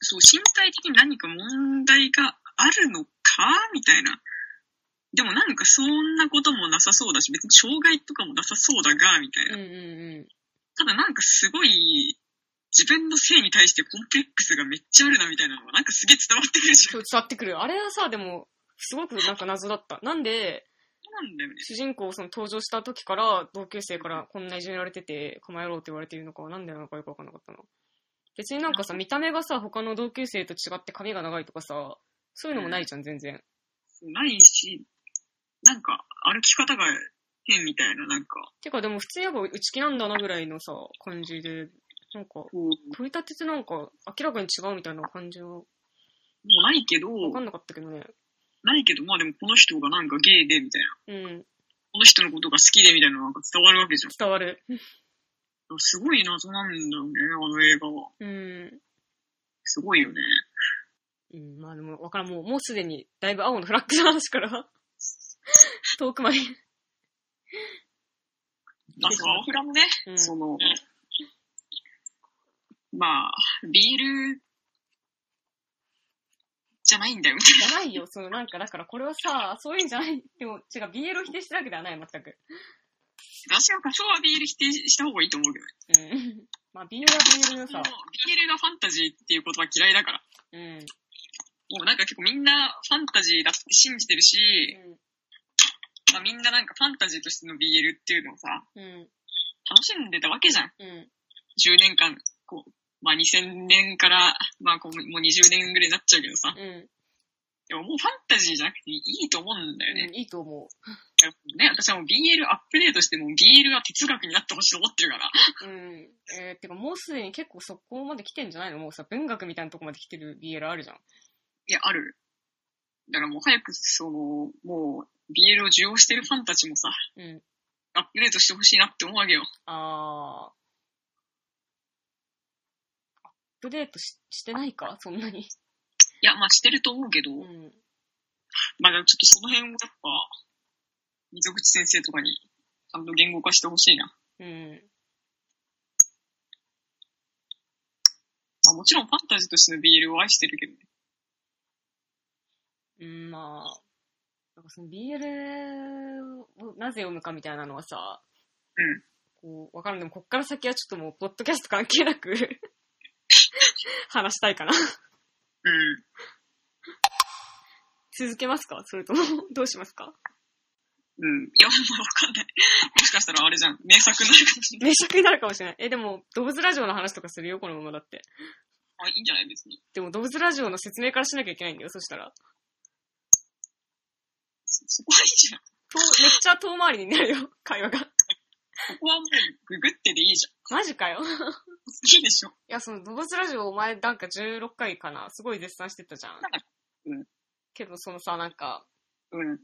Speaker 1: そう、身体的に何か問題があるのかみたいな。でもなんかそんなこともなさそうだし、別に障害とかもなさそうだが、みたい
Speaker 2: うん
Speaker 1: な。
Speaker 2: うんうん。
Speaker 1: ただなんかすごい、自分の性に対してコンプレックスがめっちゃあるなみたいなのがなんかすげえ伝わってくるじゃん。
Speaker 2: そう、伝わってくる。あれはさ、でも、すごくなんか謎だった。なんで、
Speaker 1: そうなんだよね。
Speaker 2: 主人公その登場した時から、同級生からこんないじめられてて、構えろって言われてるのかはなんでなのかよくわかんなかったな。別になんかさ、見た目がさ、他の同級生と違って髪が長いとかさ、そういうのもないじゃん、全然。
Speaker 1: ないし、なんか歩き方が変みたいな、なんか。
Speaker 2: てかでも普通にやっぱ内気なんだなぐらいのさ、感じで、なんか、
Speaker 1: こう、
Speaker 2: 取り立ててなんか明らかに違うみたいな感じは
Speaker 1: もうないけど、
Speaker 2: わかんなかったけどね。
Speaker 1: ないけど、まあでもこの人がなんかゲイで、みたいな。
Speaker 2: うん、
Speaker 1: この人のことが好きで、みたいなのがなんか伝わるわけじゃん。
Speaker 2: 伝わる。
Speaker 1: すごい謎なんだよね、あの映画は。
Speaker 2: うん。
Speaker 1: すごいよね。
Speaker 2: うん、まあでも、わからん。もう、もうすでに、だいぶ青のフラッグの話から、 遠くまで。
Speaker 1: まあ、そう、アオフラもね、
Speaker 2: うん。
Speaker 1: その、まあ、ビール、じゃないんだよ、みたい
Speaker 2: じゃないよ、その、なんか、だからこれはさ、そういうんじゃない。でも、違う、BL を否定してるわけではない、全く。
Speaker 1: な。私は多少はビール否定した方がいいと思うけどね。
Speaker 2: うん。まあ、BL は BL の
Speaker 1: そ
Speaker 2: さ
Speaker 1: の、BL がファンタジーっていうことは嫌いだから。
Speaker 2: うん。うん。
Speaker 1: もうなんか結構みんなファンタジーだって信じてるし、まあみんななんかファンタジーとしての BL っていうのをさ、
Speaker 2: うん。
Speaker 1: 楽しんでたわけじゃん。
Speaker 2: うん。
Speaker 1: 10年間、こう、まあ2000年から、まあこうもう20年ぐらいになっちゃうけどさ。
Speaker 2: うん。
Speaker 1: でももうファンタジーじゃなくていいと思うんだよね。
Speaker 2: うん、いいと思
Speaker 1: ね、私はもう BL アップデートしてもう BL は哲学になってほしいと思ってるから。
Speaker 2: う。うん。えー、てか、もうすでに結構そこまで来てんじゃないのもうさ、文学みたいなとこまで来てる BL あるじゃん。
Speaker 1: いや、ある。だからもう早く、その、もう BL を受容してるファンたちもさ、
Speaker 2: うん。
Speaker 1: アップデートしてほしいなって思うわけよ。
Speaker 2: あー。アップデートししてないかそんなに。
Speaker 1: いや、まあしてると思うけど、
Speaker 2: うん。
Speaker 1: まあでもちょっとその辺をやっぱ、溝口先生とかに、ちゃんと言語化してほしいな。
Speaker 2: うん。
Speaker 1: まあもちろんファンタジーとしての BL を愛してるけどね。
Speaker 2: うん、まあ、なんかその BL をなぜ読むかみたいなのはさ、
Speaker 1: うん
Speaker 2: こう、わかるでも、こっから先はちょっともう、ポッドキャスト関係なく、 話したいかな。
Speaker 1: うん。
Speaker 2: 続けますかそれとも、どうしますか
Speaker 1: うん。いや、まあわかんない。もしかしたらあれじゃん。名作になるかもしれない。
Speaker 2: 名作になるかもしれない。え、でも、動物ラジオの話とかするよ、このままだって。
Speaker 1: あ、いいんじゃない別に。
Speaker 2: でも、動物ラジオの説明からしなきゃいけないんだよ、そしたら。
Speaker 1: そそこはいいじゃん。
Speaker 2: とめっちゃ遠回りになるよ、 会話が。
Speaker 1: ここはもうググってでいいじゃん。
Speaker 2: マジかよ。
Speaker 1: いいでしょ。
Speaker 2: いや、その、動物ラジオ、お前、なんか16回かな、すごい絶賛してたじゃん。
Speaker 1: うん。
Speaker 2: けど、そのさ、なんか、
Speaker 1: うん。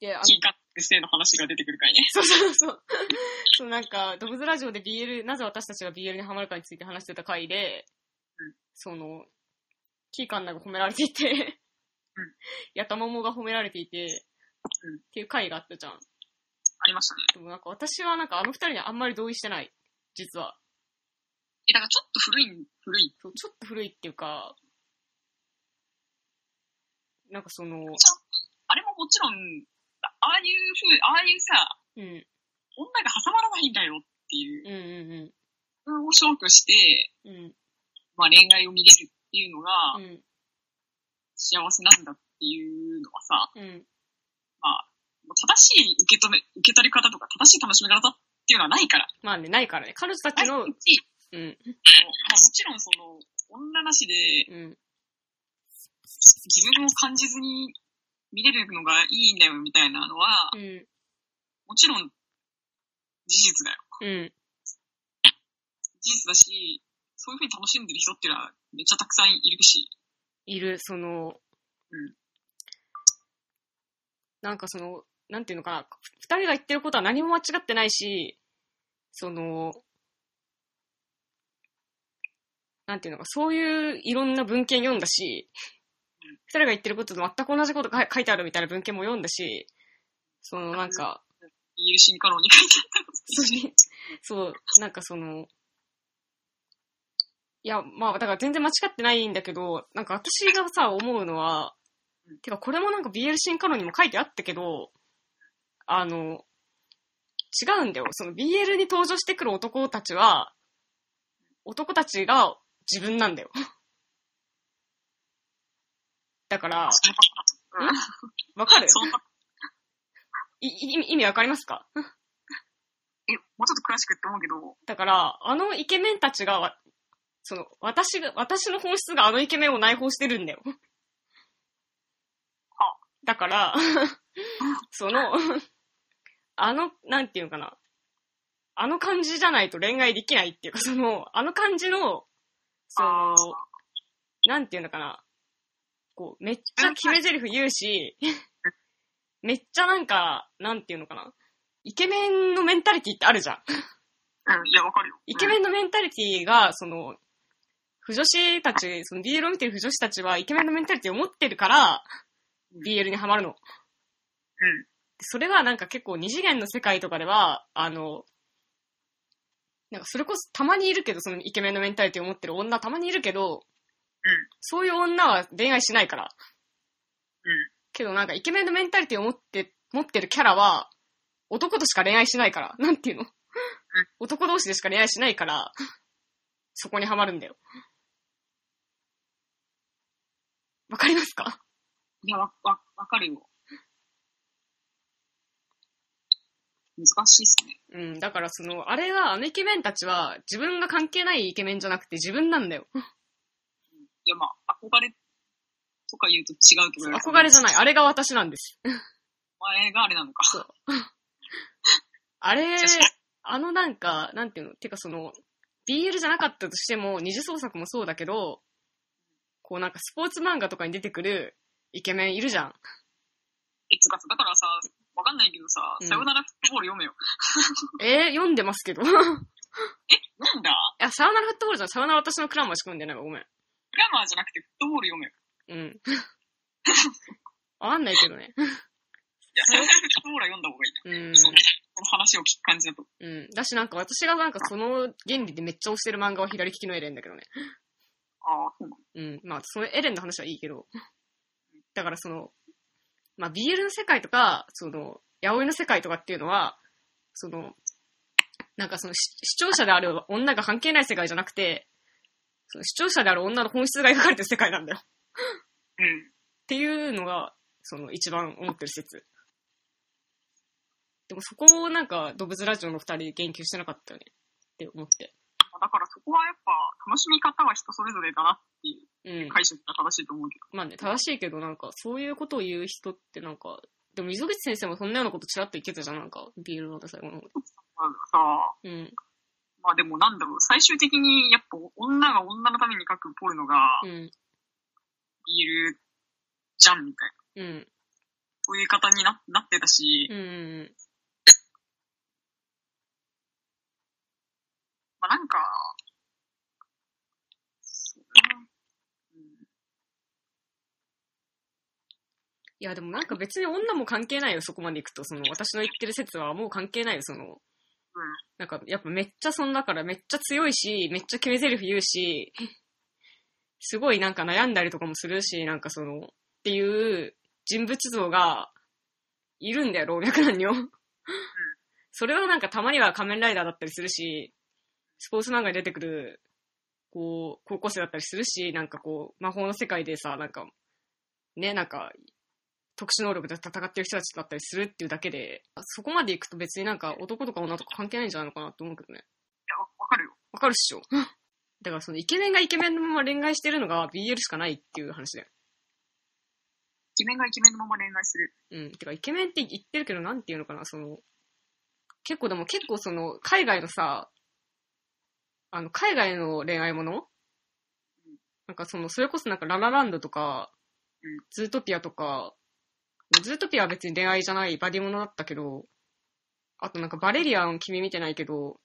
Speaker 2: で、あ の、
Speaker 1: キーカック性の話が出てくるからね。
Speaker 2: そうそうそう。 そう、なんか、ドブズラジオで BL、なぜ私たちが BL にハマるかについて話してた回で、
Speaker 1: うん
Speaker 2: その、キーカンナが褒められていて、
Speaker 1: うん
Speaker 2: ヤタモモが褒められていて、
Speaker 1: うん
Speaker 2: っていう回があったじゃん。
Speaker 1: ありましたね。
Speaker 2: でもなんか私はなんかあの二人にあんまり同意してない。実は。
Speaker 1: え、だからちょっと古い、古い。
Speaker 2: そうちょっと古いっていうか、なんかその、
Speaker 1: あれももちろん、あああいうふう、ああいうさ、
Speaker 2: うん、
Speaker 1: 女が挟まらないんだよっていう、
Speaker 2: うん、うん、
Speaker 1: 自分を消去して、
Speaker 2: うん、うん、
Speaker 1: まあ恋愛を見れるっていうのが
Speaker 2: うん、
Speaker 1: 幸せなんだっていうのはさ、
Speaker 2: うん、
Speaker 1: まあ、正しい受け止め、受け取り方とか正しい楽しみ方っていうのはないから。
Speaker 2: まあね、ないからね。彼女た
Speaker 1: 第
Speaker 2: ち
Speaker 1: 一、まあ、
Speaker 2: の、う
Speaker 1: も
Speaker 2: ん、うん、
Speaker 1: ちろんその、女なしで
Speaker 2: うん、
Speaker 1: 自分を感じずに見れるのがいいんだよみたいなのは、もちろん事実だよ。
Speaker 2: うん。
Speaker 1: 事実だし、そういう風に楽しんでる人っていうのはめっちゃたくさんいるし。
Speaker 2: いる、その、
Speaker 1: うん
Speaker 2: なんかその、なんていうのかな、二人が言ってることは何も間違ってないし、その、なんていうのか、そういういろんな文献読んだし、二人が言ってることと全く同じことが書いてあるみたいな文献も読んだし、そのなんか、
Speaker 1: 言える進化論に書いてあったこと
Speaker 2: それそう、なんかその、いや、まあ、だから全然間違ってないんだけど、なんか私がさ、思うのは
Speaker 1: うん、
Speaker 2: てかこれもなんか BL 進化論にも書いてあったけど、あの、違うんだよ。その BL に登場してくる男たちは、男たちが自分なんだよ。だから、わかる
Speaker 1: そのパターン
Speaker 2: いい意味わかりますか
Speaker 1: え、もうちょっと詳しく言って思うけど、
Speaker 2: だから、あのイケメンたちがわ、その、私が、私の本質があのイケメンを内包してるんだよ。だから、その、あの、なんていうのかな。あの感じじゃないと恋愛できないっていうか、その、あの感じの、その
Speaker 1: あー、
Speaker 2: なんていうのかな。こう、めっちゃ決め台詞言うし、めっちゃなんか、なんていうのかな。イケメンのメンタリティってあるじゃん。
Speaker 1: うん、いや、わかるよ。
Speaker 2: イケメンのメンタリティが、その、不女子たち、その BL を見てる不女子たちはイケメンのメンタリティを持ってるから、BL にハマるの。で
Speaker 1: うん。
Speaker 2: それがなんか結構二次元の世界とかでは、あの、なんかそれこそたまにいるけど、そのイケメンのメンタリティを持ってる女たまにいるけど、
Speaker 1: うん
Speaker 2: そういう女は恋愛しないから。
Speaker 1: うん
Speaker 2: けどなんかイケメンのメンタリティを持って、持ってるキャラは、男としか恋愛しないから。なんていうの、男同士でしか恋愛しないから、そこにはまるんだよ。わかりますか
Speaker 1: いや、わ、わ、わかるよ。難しいっすね。
Speaker 2: うん、だからその、あれは、あのイケメンたちは、自分が関係ないイケメンじゃなくて自分なんだよ。
Speaker 1: いや、まあ、憧れとか言うと違うけど、
Speaker 2: 憧れじゃない。あれが私なんです。
Speaker 1: お前があれなのか。
Speaker 2: あれ
Speaker 1: じゃあそ、
Speaker 2: あのなんか、なんていうの、てかその、BL じゃなかったとしても、二次創作もそうだけど、こうなんかスポーツ漫画とかに出てくるイケメンいるじゃん。
Speaker 1: いつかさ、だからさ、わかんないけどさ、
Speaker 2: うん
Speaker 1: さよならフットボール読めよ。
Speaker 2: えー、読んでますけど。 い
Speaker 1: なんだ
Speaker 2: や、サウナルフットボールじゃん。サウナル私のクラマーしか読んでないわ。ごめん。
Speaker 1: グラマーじゃなくてフットボール読めよ。
Speaker 2: うん。 わかんないけどね。
Speaker 1: いや、さよならフットボールは読んだ方がいいな。
Speaker 2: うん。
Speaker 1: そうこの話を聞く感じだと。
Speaker 2: うん。だしなんか私がなんかその原理でめっちゃ推してる漫画は左利きのエレンだけどね。
Speaker 1: ああ、そうなの。
Speaker 2: うん。まあ、そのエレンの話はいいけど。だからその、まあ、BL の世界とか、その、八百の世界とかっていうのは、その、なんかそのし視聴者である女が関係ない世界じゃなくて、その視聴者である女の本質が描かれてる世界なんだよ。っ
Speaker 1: うん。
Speaker 2: ていうのが、その一番思ってる説。でもそこをなんか、動物ラジオの二人言及してなかったよね。って思って。
Speaker 1: だからそこはやっぱ、楽しみ方は人それぞれだなっていう
Speaker 2: うん。
Speaker 1: 解釈が正しいと思うけど。
Speaker 2: まあね、正しいけど、なんか、そういうことを言う人ってなんか、でも溝口先生もそんなようなことちらっと言ってたじゃん、なんか、ビールの最後の方で。
Speaker 1: まあさ、
Speaker 2: うん。
Speaker 1: まあでもなんだろう、最終的にやっぱ女が女のために書くポルノが
Speaker 2: うん。
Speaker 1: いるじゃんみたいな。
Speaker 2: うん。
Speaker 1: そういう方にななってたし、
Speaker 2: うん。
Speaker 1: まあなんか、そうねうん
Speaker 2: いや、でもなんか別に女も関係ないよ、そこまで行くと。その、私の言ってる説はもう関係ないよ、その。なんか、やっぱめっちゃそんだから、めっちゃ強いし、めっちゃ決め台詞言うし、すごいなんか悩んだりとかもするし、なんかその、っていう人物像が、いるんだよ、老若男女。それはなんかたまには仮面ライダーだったりするし、スポーツ漫画に出てくる、こう、高校生だったりするし、なんかこう、魔法の世界でさ、なんか、ね、なんか、特殊能力で戦ってる人たちだったりするっていうだけで、そこまで行くと別になんか男とか女とか関係ないんじゃないのかなって思うけどね。
Speaker 1: や、わわかるよ。
Speaker 2: わかるっしょ。だからそのイケメンがイケメンのまま恋愛してるのが BL しかないっていう話だよ。
Speaker 1: イケメンがイケメンのまま恋愛する。
Speaker 2: うん。てかイケメンって言ってるけどなんていうのかな、その、結構でも結構その海外のさ、あの海外の恋愛ものなんかその、それこそなんかララランドとか
Speaker 1: うん、
Speaker 2: ズートピアとか、ズートピアは別に恋愛じゃないバディものだったけど、あとなんかバレリアン君見てないけど、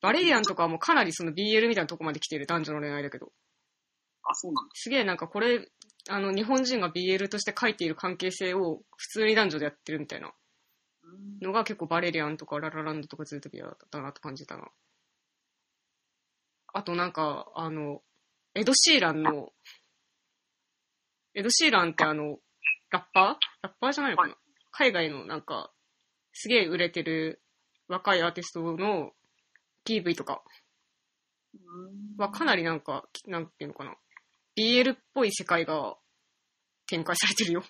Speaker 2: バレリアンとかはもうかなりその BL みたいなとこまで来てる男女の恋愛だけど。
Speaker 1: あ、そうなんだ。
Speaker 2: すげえなんかこれ、あの、日本人が BL として書いている関係性を普通に男女でやってるみたいな
Speaker 1: うん。
Speaker 2: のが結構バレリアンとかララランドとかズートピアだったなって感じたな。あとなんか、あの、エド・シーランの、エド・シーランってあの、ラッパーラッパーじゃないのかな海外のなんか、すげえ売れてる若いアーティストの PV とか
Speaker 1: うん。
Speaker 2: はかなりなんか、なんていうのかな。BL っぽい世界が展開されてるよ。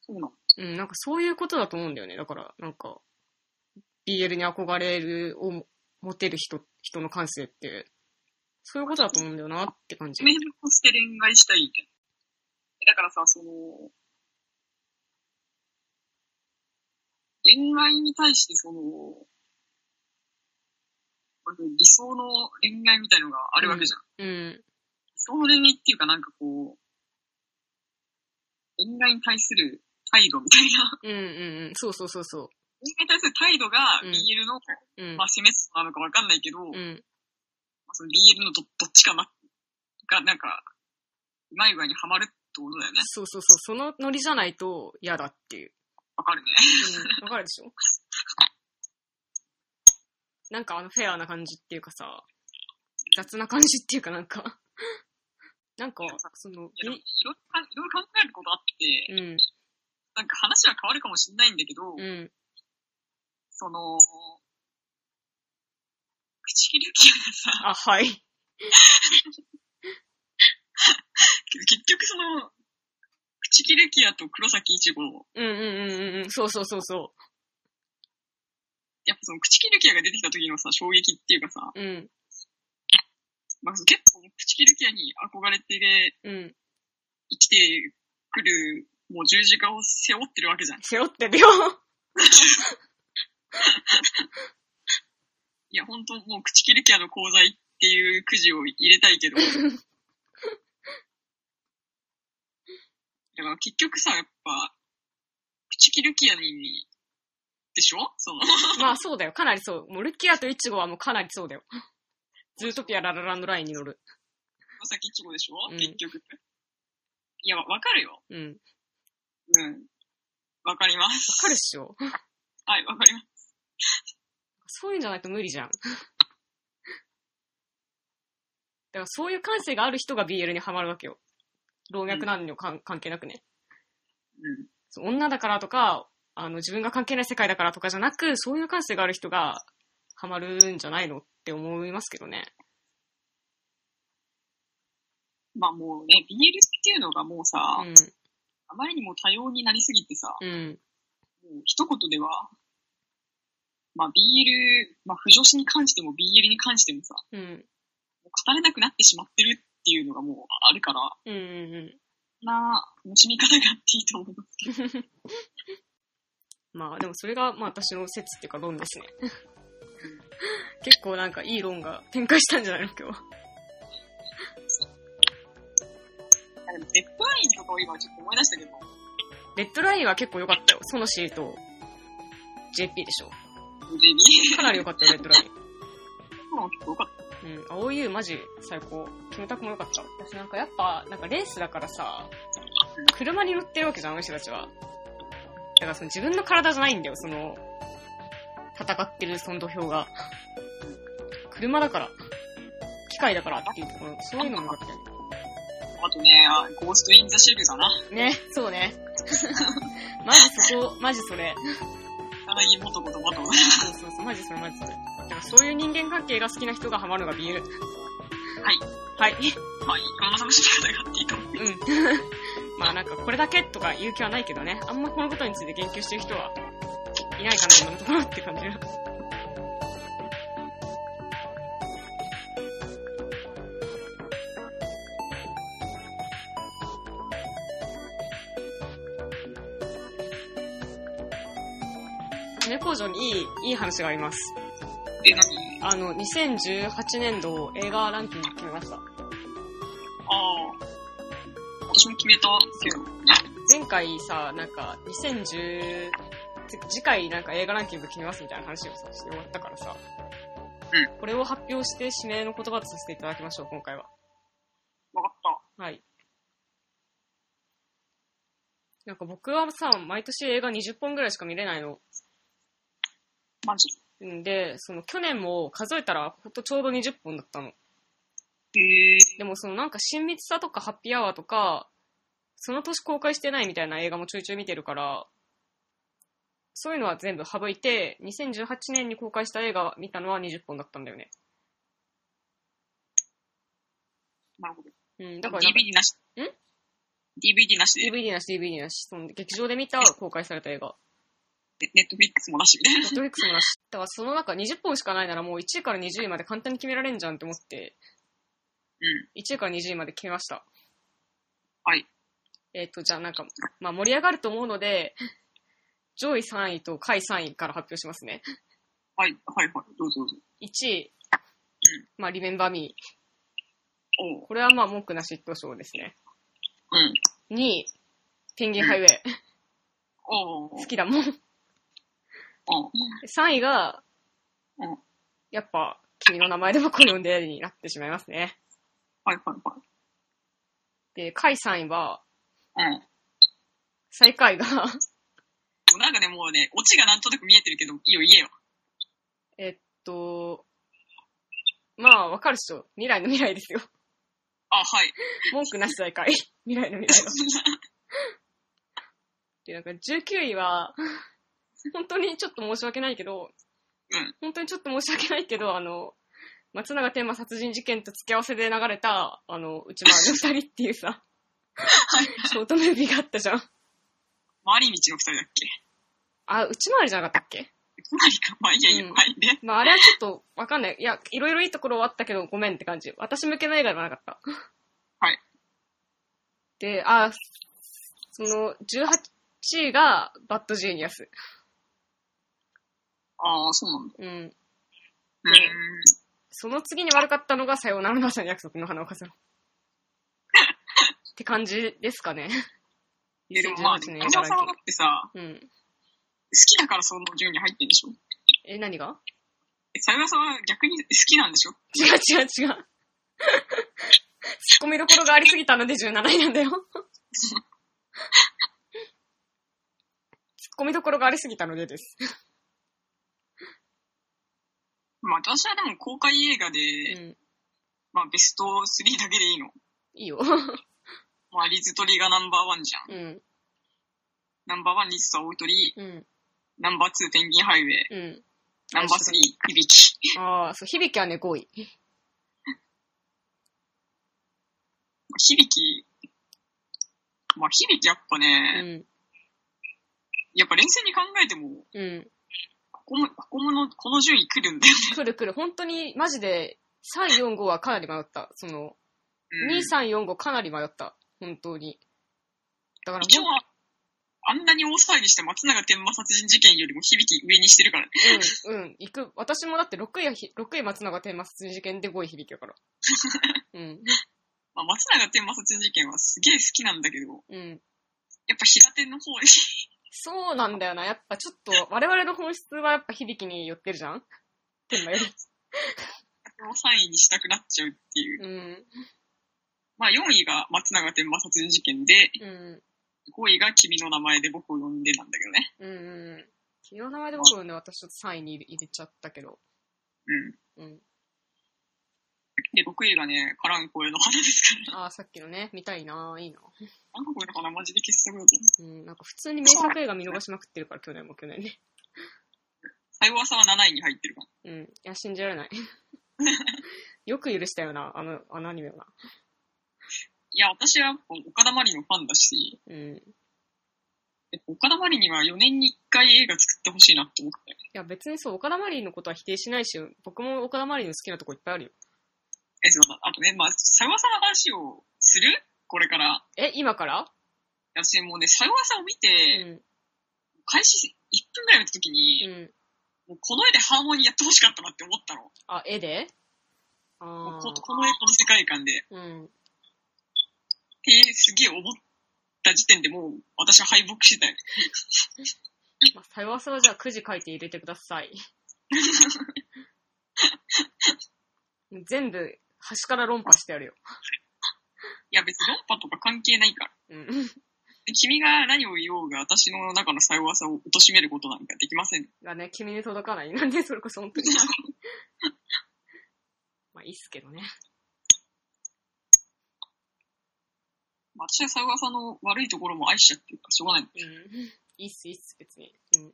Speaker 1: そうなんだ。
Speaker 2: うん、なんかそういうことだと思うんだよね。だから、なんか、BL に憧れるを持てる人、人の感性って、そういうことだと思うんだよなって感じ
Speaker 1: イメ。ージとして恋愛したいみたいな。えだからさ、その、恋愛に対してその、まず理想の恋愛みたいのがあるわけじゃん。
Speaker 2: うん、
Speaker 1: 理想の恋愛っていうかなんかこう、恋愛に対する態度みたいな。
Speaker 2: うん、うん、うん、そうそうそうそ
Speaker 1: 恋愛に対する態度が
Speaker 2: うん
Speaker 1: BL の、
Speaker 2: う。うん
Speaker 1: ま、あ、攻めなのかわかんないけど、
Speaker 2: う
Speaker 1: ま
Speaker 2: ん、
Speaker 1: あ、その BL のどどっちかな、がなんか、うまい具合にはまるってことだよね。
Speaker 2: そうそうそう。そのノリじゃないと嫌だっていう。
Speaker 1: わかるね。
Speaker 2: うん、わかるでしょなんかあのフェアな感じっていうかさ、雑な感じっていうかなんか、 なんか、そ
Speaker 1: い
Speaker 2: の、
Speaker 1: やでもいろいろかいろいろ考えることあって、
Speaker 2: うん、
Speaker 1: なんか話は変わるかもしれないんだけど、
Speaker 2: うん、
Speaker 1: その、口切る気がさ、
Speaker 2: あ、はい。
Speaker 1: 結局その、口切る気やと黒崎一護、
Speaker 2: うんうんうんうんうん、そうそうそうそ
Speaker 1: やっぱその口切る気やが出てきた時のさ、衝撃っていうかさ、
Speaker 2: う。うん、
Speaker 1: まあ、結構口切る気やに憧れて
Speaker 2: うん。
Speaker 1: 生きてくる、もう十字架を背負ってるわけじゃん。
Speaker 2: 背負ってるよ。
Speaker 1: いや、ほんともう口切る気やの功罪っていうくじを入れたいけど。だから結局さ、やっぱ、口切る気やに、でしょその、
Speaker 2: まあそうだよ。かなりそう。もうルキアとイチゴはもうかなりそうだよ。 ズートピアララランドラインに乗る。
Speaker 1: まさきいちごでしょ、
Speaker 2: うん
Speaker 1: 結局。いや、わわかるよ。
Speaker 2: うん。わ
Speaker 1: うん。わかります。
Speaker 2: かるっしょ。
Speaker 1: はい、わかります。
Speaker 2: そういうんじゃないと無理じゃん。だ からそういう感性がある人が BL にはまるわけよ。老若男女かん関係なくね。
Speaker 1: うん。
Speaker 2: そう女だからとか、あの自分が関係ない世界だからとかじゃなく、そういう感性がある人がハマるんじゃないのって思いますけどね。
Speaker 1: まあもうね、BL っていうのがもうさ、
Speaker 2: うん。
Speaker 1: あまりにも多様になりすぎてさ、
Speaker 2: うん。
Speaker 1: もう一言では、まあ BL、まあ不女子に関しても BL に関してもさ、
Speaker 2: うん。
Speaker 1: もう語れなくなってしまってるっていうのがもうあるから、
Speaker 2: うん。うん。
Speaker 1: な、楽しみ方があっていいと思います けど。
Speaker 2: まあでもそれが、まあ私の説っていうか論ですね。 結構なんかいい論が展開したんじゃないの今日は。
Speaker 1: あでも、ゼップラインとかを今ちょっと思い出したけど、
Speaker 2: レッドラインは結構良かったよ。ソノシーと JP でしょ。
Speaker 1: JB
Speaker 2: かなり良かったよ、レッドライン。
Speaker 1: も結構良かった。
Speaker 2: うん、青湯マジ最高。キムタクも良かった。私なんかやっぱ、なんかレースだからさ、車に乗ってるわけじゃん、あの人たちは。だからその自分の体じゃないんだよ、その、戦ってるその土俵が。車だから。機械だからっていうところ、そういうのも良かったよ
Speaker 1: あとね、あゴーストインザシェルだな。
Speaker 2: ね。ね、そうね。マジそこ、マジそれ。
Speaker 1: 柳元子とバトル。
Speaker 2: そうそうそう、マジそれマジそれ。だからそういう人間関係が好きな人がハマるのが BL。はい。はい。
Speaker 1: まあ、いろんな楽しみ方があっていいと思う。
Speaker 2: うん。 まあなんかこれだけとか言う気はないけどね、あんまこのことについて言及してる人はいないかな、今のところって感じが。米工場にいい、いい話があります。
Speaker 1: え、何
Speaker 2: あの、2018年度映画ランキング決めました。
Speaker 1: ああ。私も決めたけど。
Speaker 2: 前回さ、なんか、2010、つ次回なんか映画ランキング決めますみたいな話をさ、して終わったからさ。
Speaker 1: う
Speaker 2: これを発表して指名の言葉とさせていただきましょう、今回は。
Speaker 1: わかった。
Speaker 2: はい。なんか僕はさ、毎年映画20本ぐらいしか見れないの。
Speaker 1: マジ。
Speaker 2: んで、その去年も数えたら、ほんとちょうど20本だったの。
Speaker 1: ええ
Speaker 2: でもそのなんか親密さとかハッピーアワーとか、その年公開してないみたいな映画もちょいちょい見てるから、そういうのは全部省いて、2018年に公開した映画見たのは20本だったんだよね。
Speaker 1: なるほど。
Speaker 2: うん、だからなんか
Speaker 1: DVD なし。
Speaker 2: ん
Speaker 1: ?DVD なしで、
Speaker 2: DVD なし DVD なし、その劇場で見た公開された映画。
Speaker 1: ネットフリックスもなしみたいな。
Speaker 2: ネットフリックスもなし。だからその中20本しかないならもう1位から20位まで簡単に決められんじゃんって思って、
Speaker 1: うん。
Speaker 2: 1位から20位まで決めました。
Speaker 1: はい。
Speaker 2: えっ、と、じゃあなんか、まあ盛り上がると思うので、上位3位と下位3位から発表しますね。
Speaker 1: はい、はい、はい。どうぞどうぞ。
Speaker 2: 1位、まあリメンバーミー。
Speaker 1: おう。
Speaker 2: これはまあ文句なし一等賞ですね。
Speaker 1: うん。
Speaker 2: 2位、ペンギンハイウェイ。
Speaker 1: おう。
Speaker 2: 好きだもん。3
Speaker 1: おう。
Speaker 2: 位が、
Speaker 1: うん
Speaker 2: やっぱ、君の名前で僕を呼んでになってしまいますね。
Speaker 1: はい、はい、
Speaker 2: で、下位3位は、
Speaker 1: はい。うん。
Speaker 2: 最下位が、
Speaker 1: もうなんかね、もうね、オチがなんとなく見えてるけど、いいよ、言えよ。
Speaker 2: えっと、まあ、わかるっしょ。未来の未 来ですよ。
Speaker 1: あ、はい。
Speaker 2: 文句なし最下位。未来の未来の。で、なんか19位は、本当にちょっと申し訳ないけど、
Speaker 1: うん
Speaker 2: 本当にちょっと申し訳ないけど、あの、松永天馬殺人事件と付き合わせで流れた、あの、内回りの二人っていうさ、ショートムービーがあったじゃん。
Speaker 1: 回り道の二人だっけ
Speaker 2: あ、内回りじゃなかったっけ
Speaker 1: つまりか、まあいいや、いっぱいね。
Speaker 2: まあ、あれはちょっとわかんない。いや、いろいろいいところはあったけど、ごめんって感じ。私向けの映画ではなかった。
Speaker 1: はい。
Speaker 2: で、あ、その、18位が、バッドジーニアス。
Speaker 1: ああ、そうなんだ。
Speaker 2: うん。
Speaker 1: う
Speaker 2: ね
Speaker 1: ん。
Speaker 2: その次に悪かったのが、さようならなさん約束の花を飾ろう。って感じですかね。
Speaker 1: え、でもまあ、
Speaker 2: 2018
Speaker 1: 田
Speaker 2: 年
Speaker 1: 島さんはだ
Speaker 2: 茨
Speaker 1: ってさ、
Speaker 2: 城う
Speaker 1: 好
Speaker 2: ん。
Speaker 1: きだからその順位に入ってんでしょ
Speaker 2: え、何が
Speaker 1: え、さよなさんは逆に好きなんでしょ
Speaker 2: 違う違う違う。ツッコミどころがありすぎたので17位なんだよ。ツッコミどころがありすぎたのでです。
Speaker 1: まあ私はでも公開映画で、
Speaker 2: うん。
Speaker 1: まあベスト3だけでいいの。
Speaker 2: いいよ。
Speaker 1: まあリズトリがナンバーワンじゃん。
Speaker 2: うん。
Speaker 1: ナンバーワンリスは大鳥、
Speaker 2: うん。
Speaker 1: ナンバーツーペンギンハイウェイ、
Speaker 2: うん。
Speaker 1: ナンバースリー響き。
Speaker 2: ああ、そう、響きはね、5位。
Speaker 1: 響き、まあ響きやっぱ
Speaker 2: う
Speaker 1: ね、
Speaker 2: ん。
Speaker 1: やっぱ冷静に考えても、
Speaker 2: うん。
Speaker 1: ここも、ここもの、この順位来るんだよ
Speaker 2: くるくる。本当に、マジで、3、4、5はかなり迷った。その、
Speaker 1: ね。
Speaker 2: 2、3、4、5かなり迷った。本当に。だから、
Speaker 1: 一応は、あんなに大騒ぎして松永天馬殺人事件よりも響き上にしてるからね。
Speaker 2: うん、うん、行く。私もだって6位はひ、6位松永天馬殺人事件で5位響きだから。うん、
Speaker 1: まあ、松永天馬殺人事件はすげえ好きなんだけど、
Speaker 2: うん。
Speaker 1: やっぱ平手の方に、
Speaker 2: そうなんだよな。やっぱちょっと、我々の本質はやっぱ響きに寄ってるじゃん天馬より。
Speaker 1: を3位にしたくなっちゃうっていう。
Speaker 2: うん、
Speaker 1: まあ、4位が松永天馬殺人事件で、
Speaker 2: うん、
Speaker 1: 5位が君の名前で僕を呼んでなんだけどね。
Speaker 2: うん、うん。君の名前で僕を呼んで私ちょっと3位に入れちゃったけど。
Speaker 1: うん。
Speaker 2: うん。
Speaker 1: で、6位がね、カランコエの花ですから。
Speaker 2: ああ、さっきのね、見たいなぁ、いいな
Speaker 1: カランコエの花マジで傑作だと思う。
Speaker 2: うん、なんか普通に名作映画見逃しまくってるから、去年も去年ね。
Speaker 1: 最後はさは7位に入ってるから。
Speaker 2: うん。い や、信じられない。よく許したよな、あの、あのアニメはな。
Speaker 1: いや、私はやっぱ岡田まりのファンだし、
Speaker 2: うん。い
Speaker 1: やっぱ岡田まりには4年に1回映画作ってほしいなって思ったよ
Speaker 2: や、別にそう、岡田まりのことは否定しないし、僕も岡田まりの好きなとこいっぱいあるよ。
Speaker 1: え、そうだ。あとね、まあ、サヨワさんの話をするこれから。
Speaker 2: え、今から
Speaker 1: 私もうね、サヨワさんを見
Speaker 2: う
Speaker 1: て、
Speaker 2: ん。
Speaker 1: 開始1分ぐらいの時
Speaker 2: う
Speaker 1: に、
Speaker 2: ん。
Speaker 1: もうこの絵でハーモニーやってほしかったなって思ったの。
Speaker 2: あ、絵で
Speaker 1: も
Speaker 2: あ
Speaker 1: うこ
Speaker 2: あ。
Speaker 1: この絵、この世界観で。っ
Speaker 2: うん。
Speaker 1: てすげえ思った時点でもう、私は敗北してたよ。
Speaker 2: まあ、さよわさはじゃあくじ書いて入れてください。全部、端から論破してやるよ。
Speaker 1: いや、別に論破とか関係ないから。
Speaker 2: うん。
Speaker 1: で君が何を言おうが、私の中のサヨワさを貶めることなんかできません。
Speaker 2: がね、君に届かない。なんでそれこそ本当に。まあ、いいっすけどね。
Speaker 1: まあ私はサヨワさの悪いところも愛しちゃってるから、しょうがない。
Speaker 2: うん。いいっす、いいっす、別に。うん。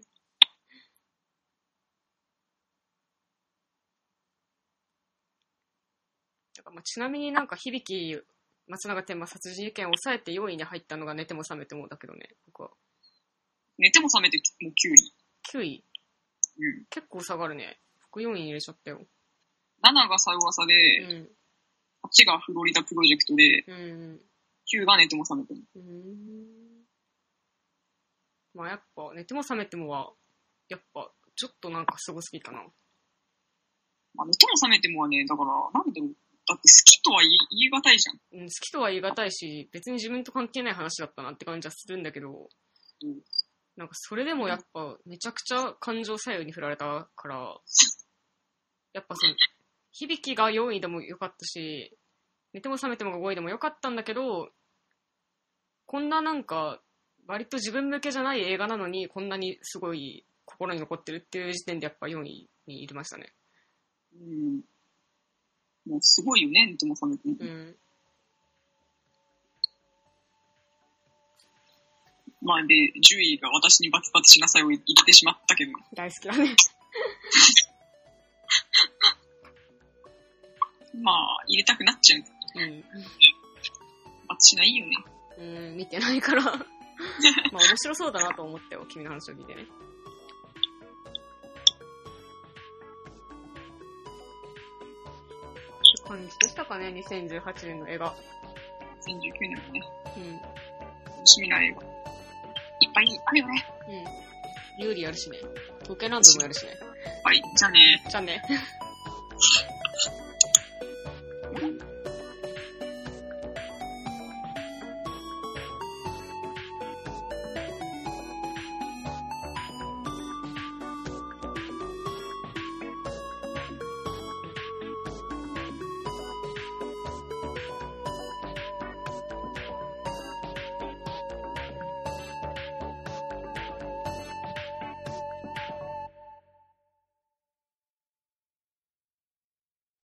Speaker 2: だからまあちなみになんか響松永天馬殺人事件を抑えて4位に入ったのが寝ても覚めてもだけどね、僕は。
Speaker 1: 寝ても覚めてもう9位。
Speaker 2: 9位
Speaker 1: うん。
Speaker 2: 結構下がるね。副4位に入れちゃったよ。
Speaker 1: 7がサヨワサで、
Speaker 2: うん。
Speaker 1: 8がフロリダプロジェクトで、
Speaker 2: うん。
Speaker 1: 9が寝ても覚めても。
Speaker 2: うん。まあやっぱ、寝ても覚めてもは、やっぱ、ちょっとなんかすごすぎたな。
Speaker 1: まあ、寝ても覚めてもはね、だから、なんだろう。だって好きとは言い言い難いじゃん。
Speaker 2: うん、好きとは言い難いし、別に自分と関係ない話だったなって感じはするんだけど、
Speaker 1: うん
Speaker 2: なんかそれでもやっぱ、めちゃくちゃ感情左右に振られたから、やっぱその、響が4位でも良かったし、寝ても覚めてもが5位でも良かったんだけど、こんななんか、割と自分向けじゃない映画なのに、こんなにすごい心に残ってるっていう時点でやっぱ4位にいりましたね。
Speaker 1: うん。もうすごいよね、寝ても覚めても。
Speaker 2: うん。
Speaker 1: まあ、で、10位が私にバツバツしなさいを言ってしまったけど。
Speaker 2: 大好きだね。
Speaker 1: まあ、入れたくなっちゃう。
Speaker 2: うん。
Speaker 1: バツしないよね。
Speaker 2: うーん、見てないから。まあ面白そうだなと思ったよ、君の話を聞いてね。って感じでしたかね、2018年の映画。
Speaker 1: 2019年もね、
Speaker 2: うん。うん。
Speaker 1: 楽しみな映画。いっぱいあるよね。
Speaker 2: 有利やるしね。東京ランドもやるしね。
Speaker 1: はい、じゃあね。
Speaker 2: じゃあね。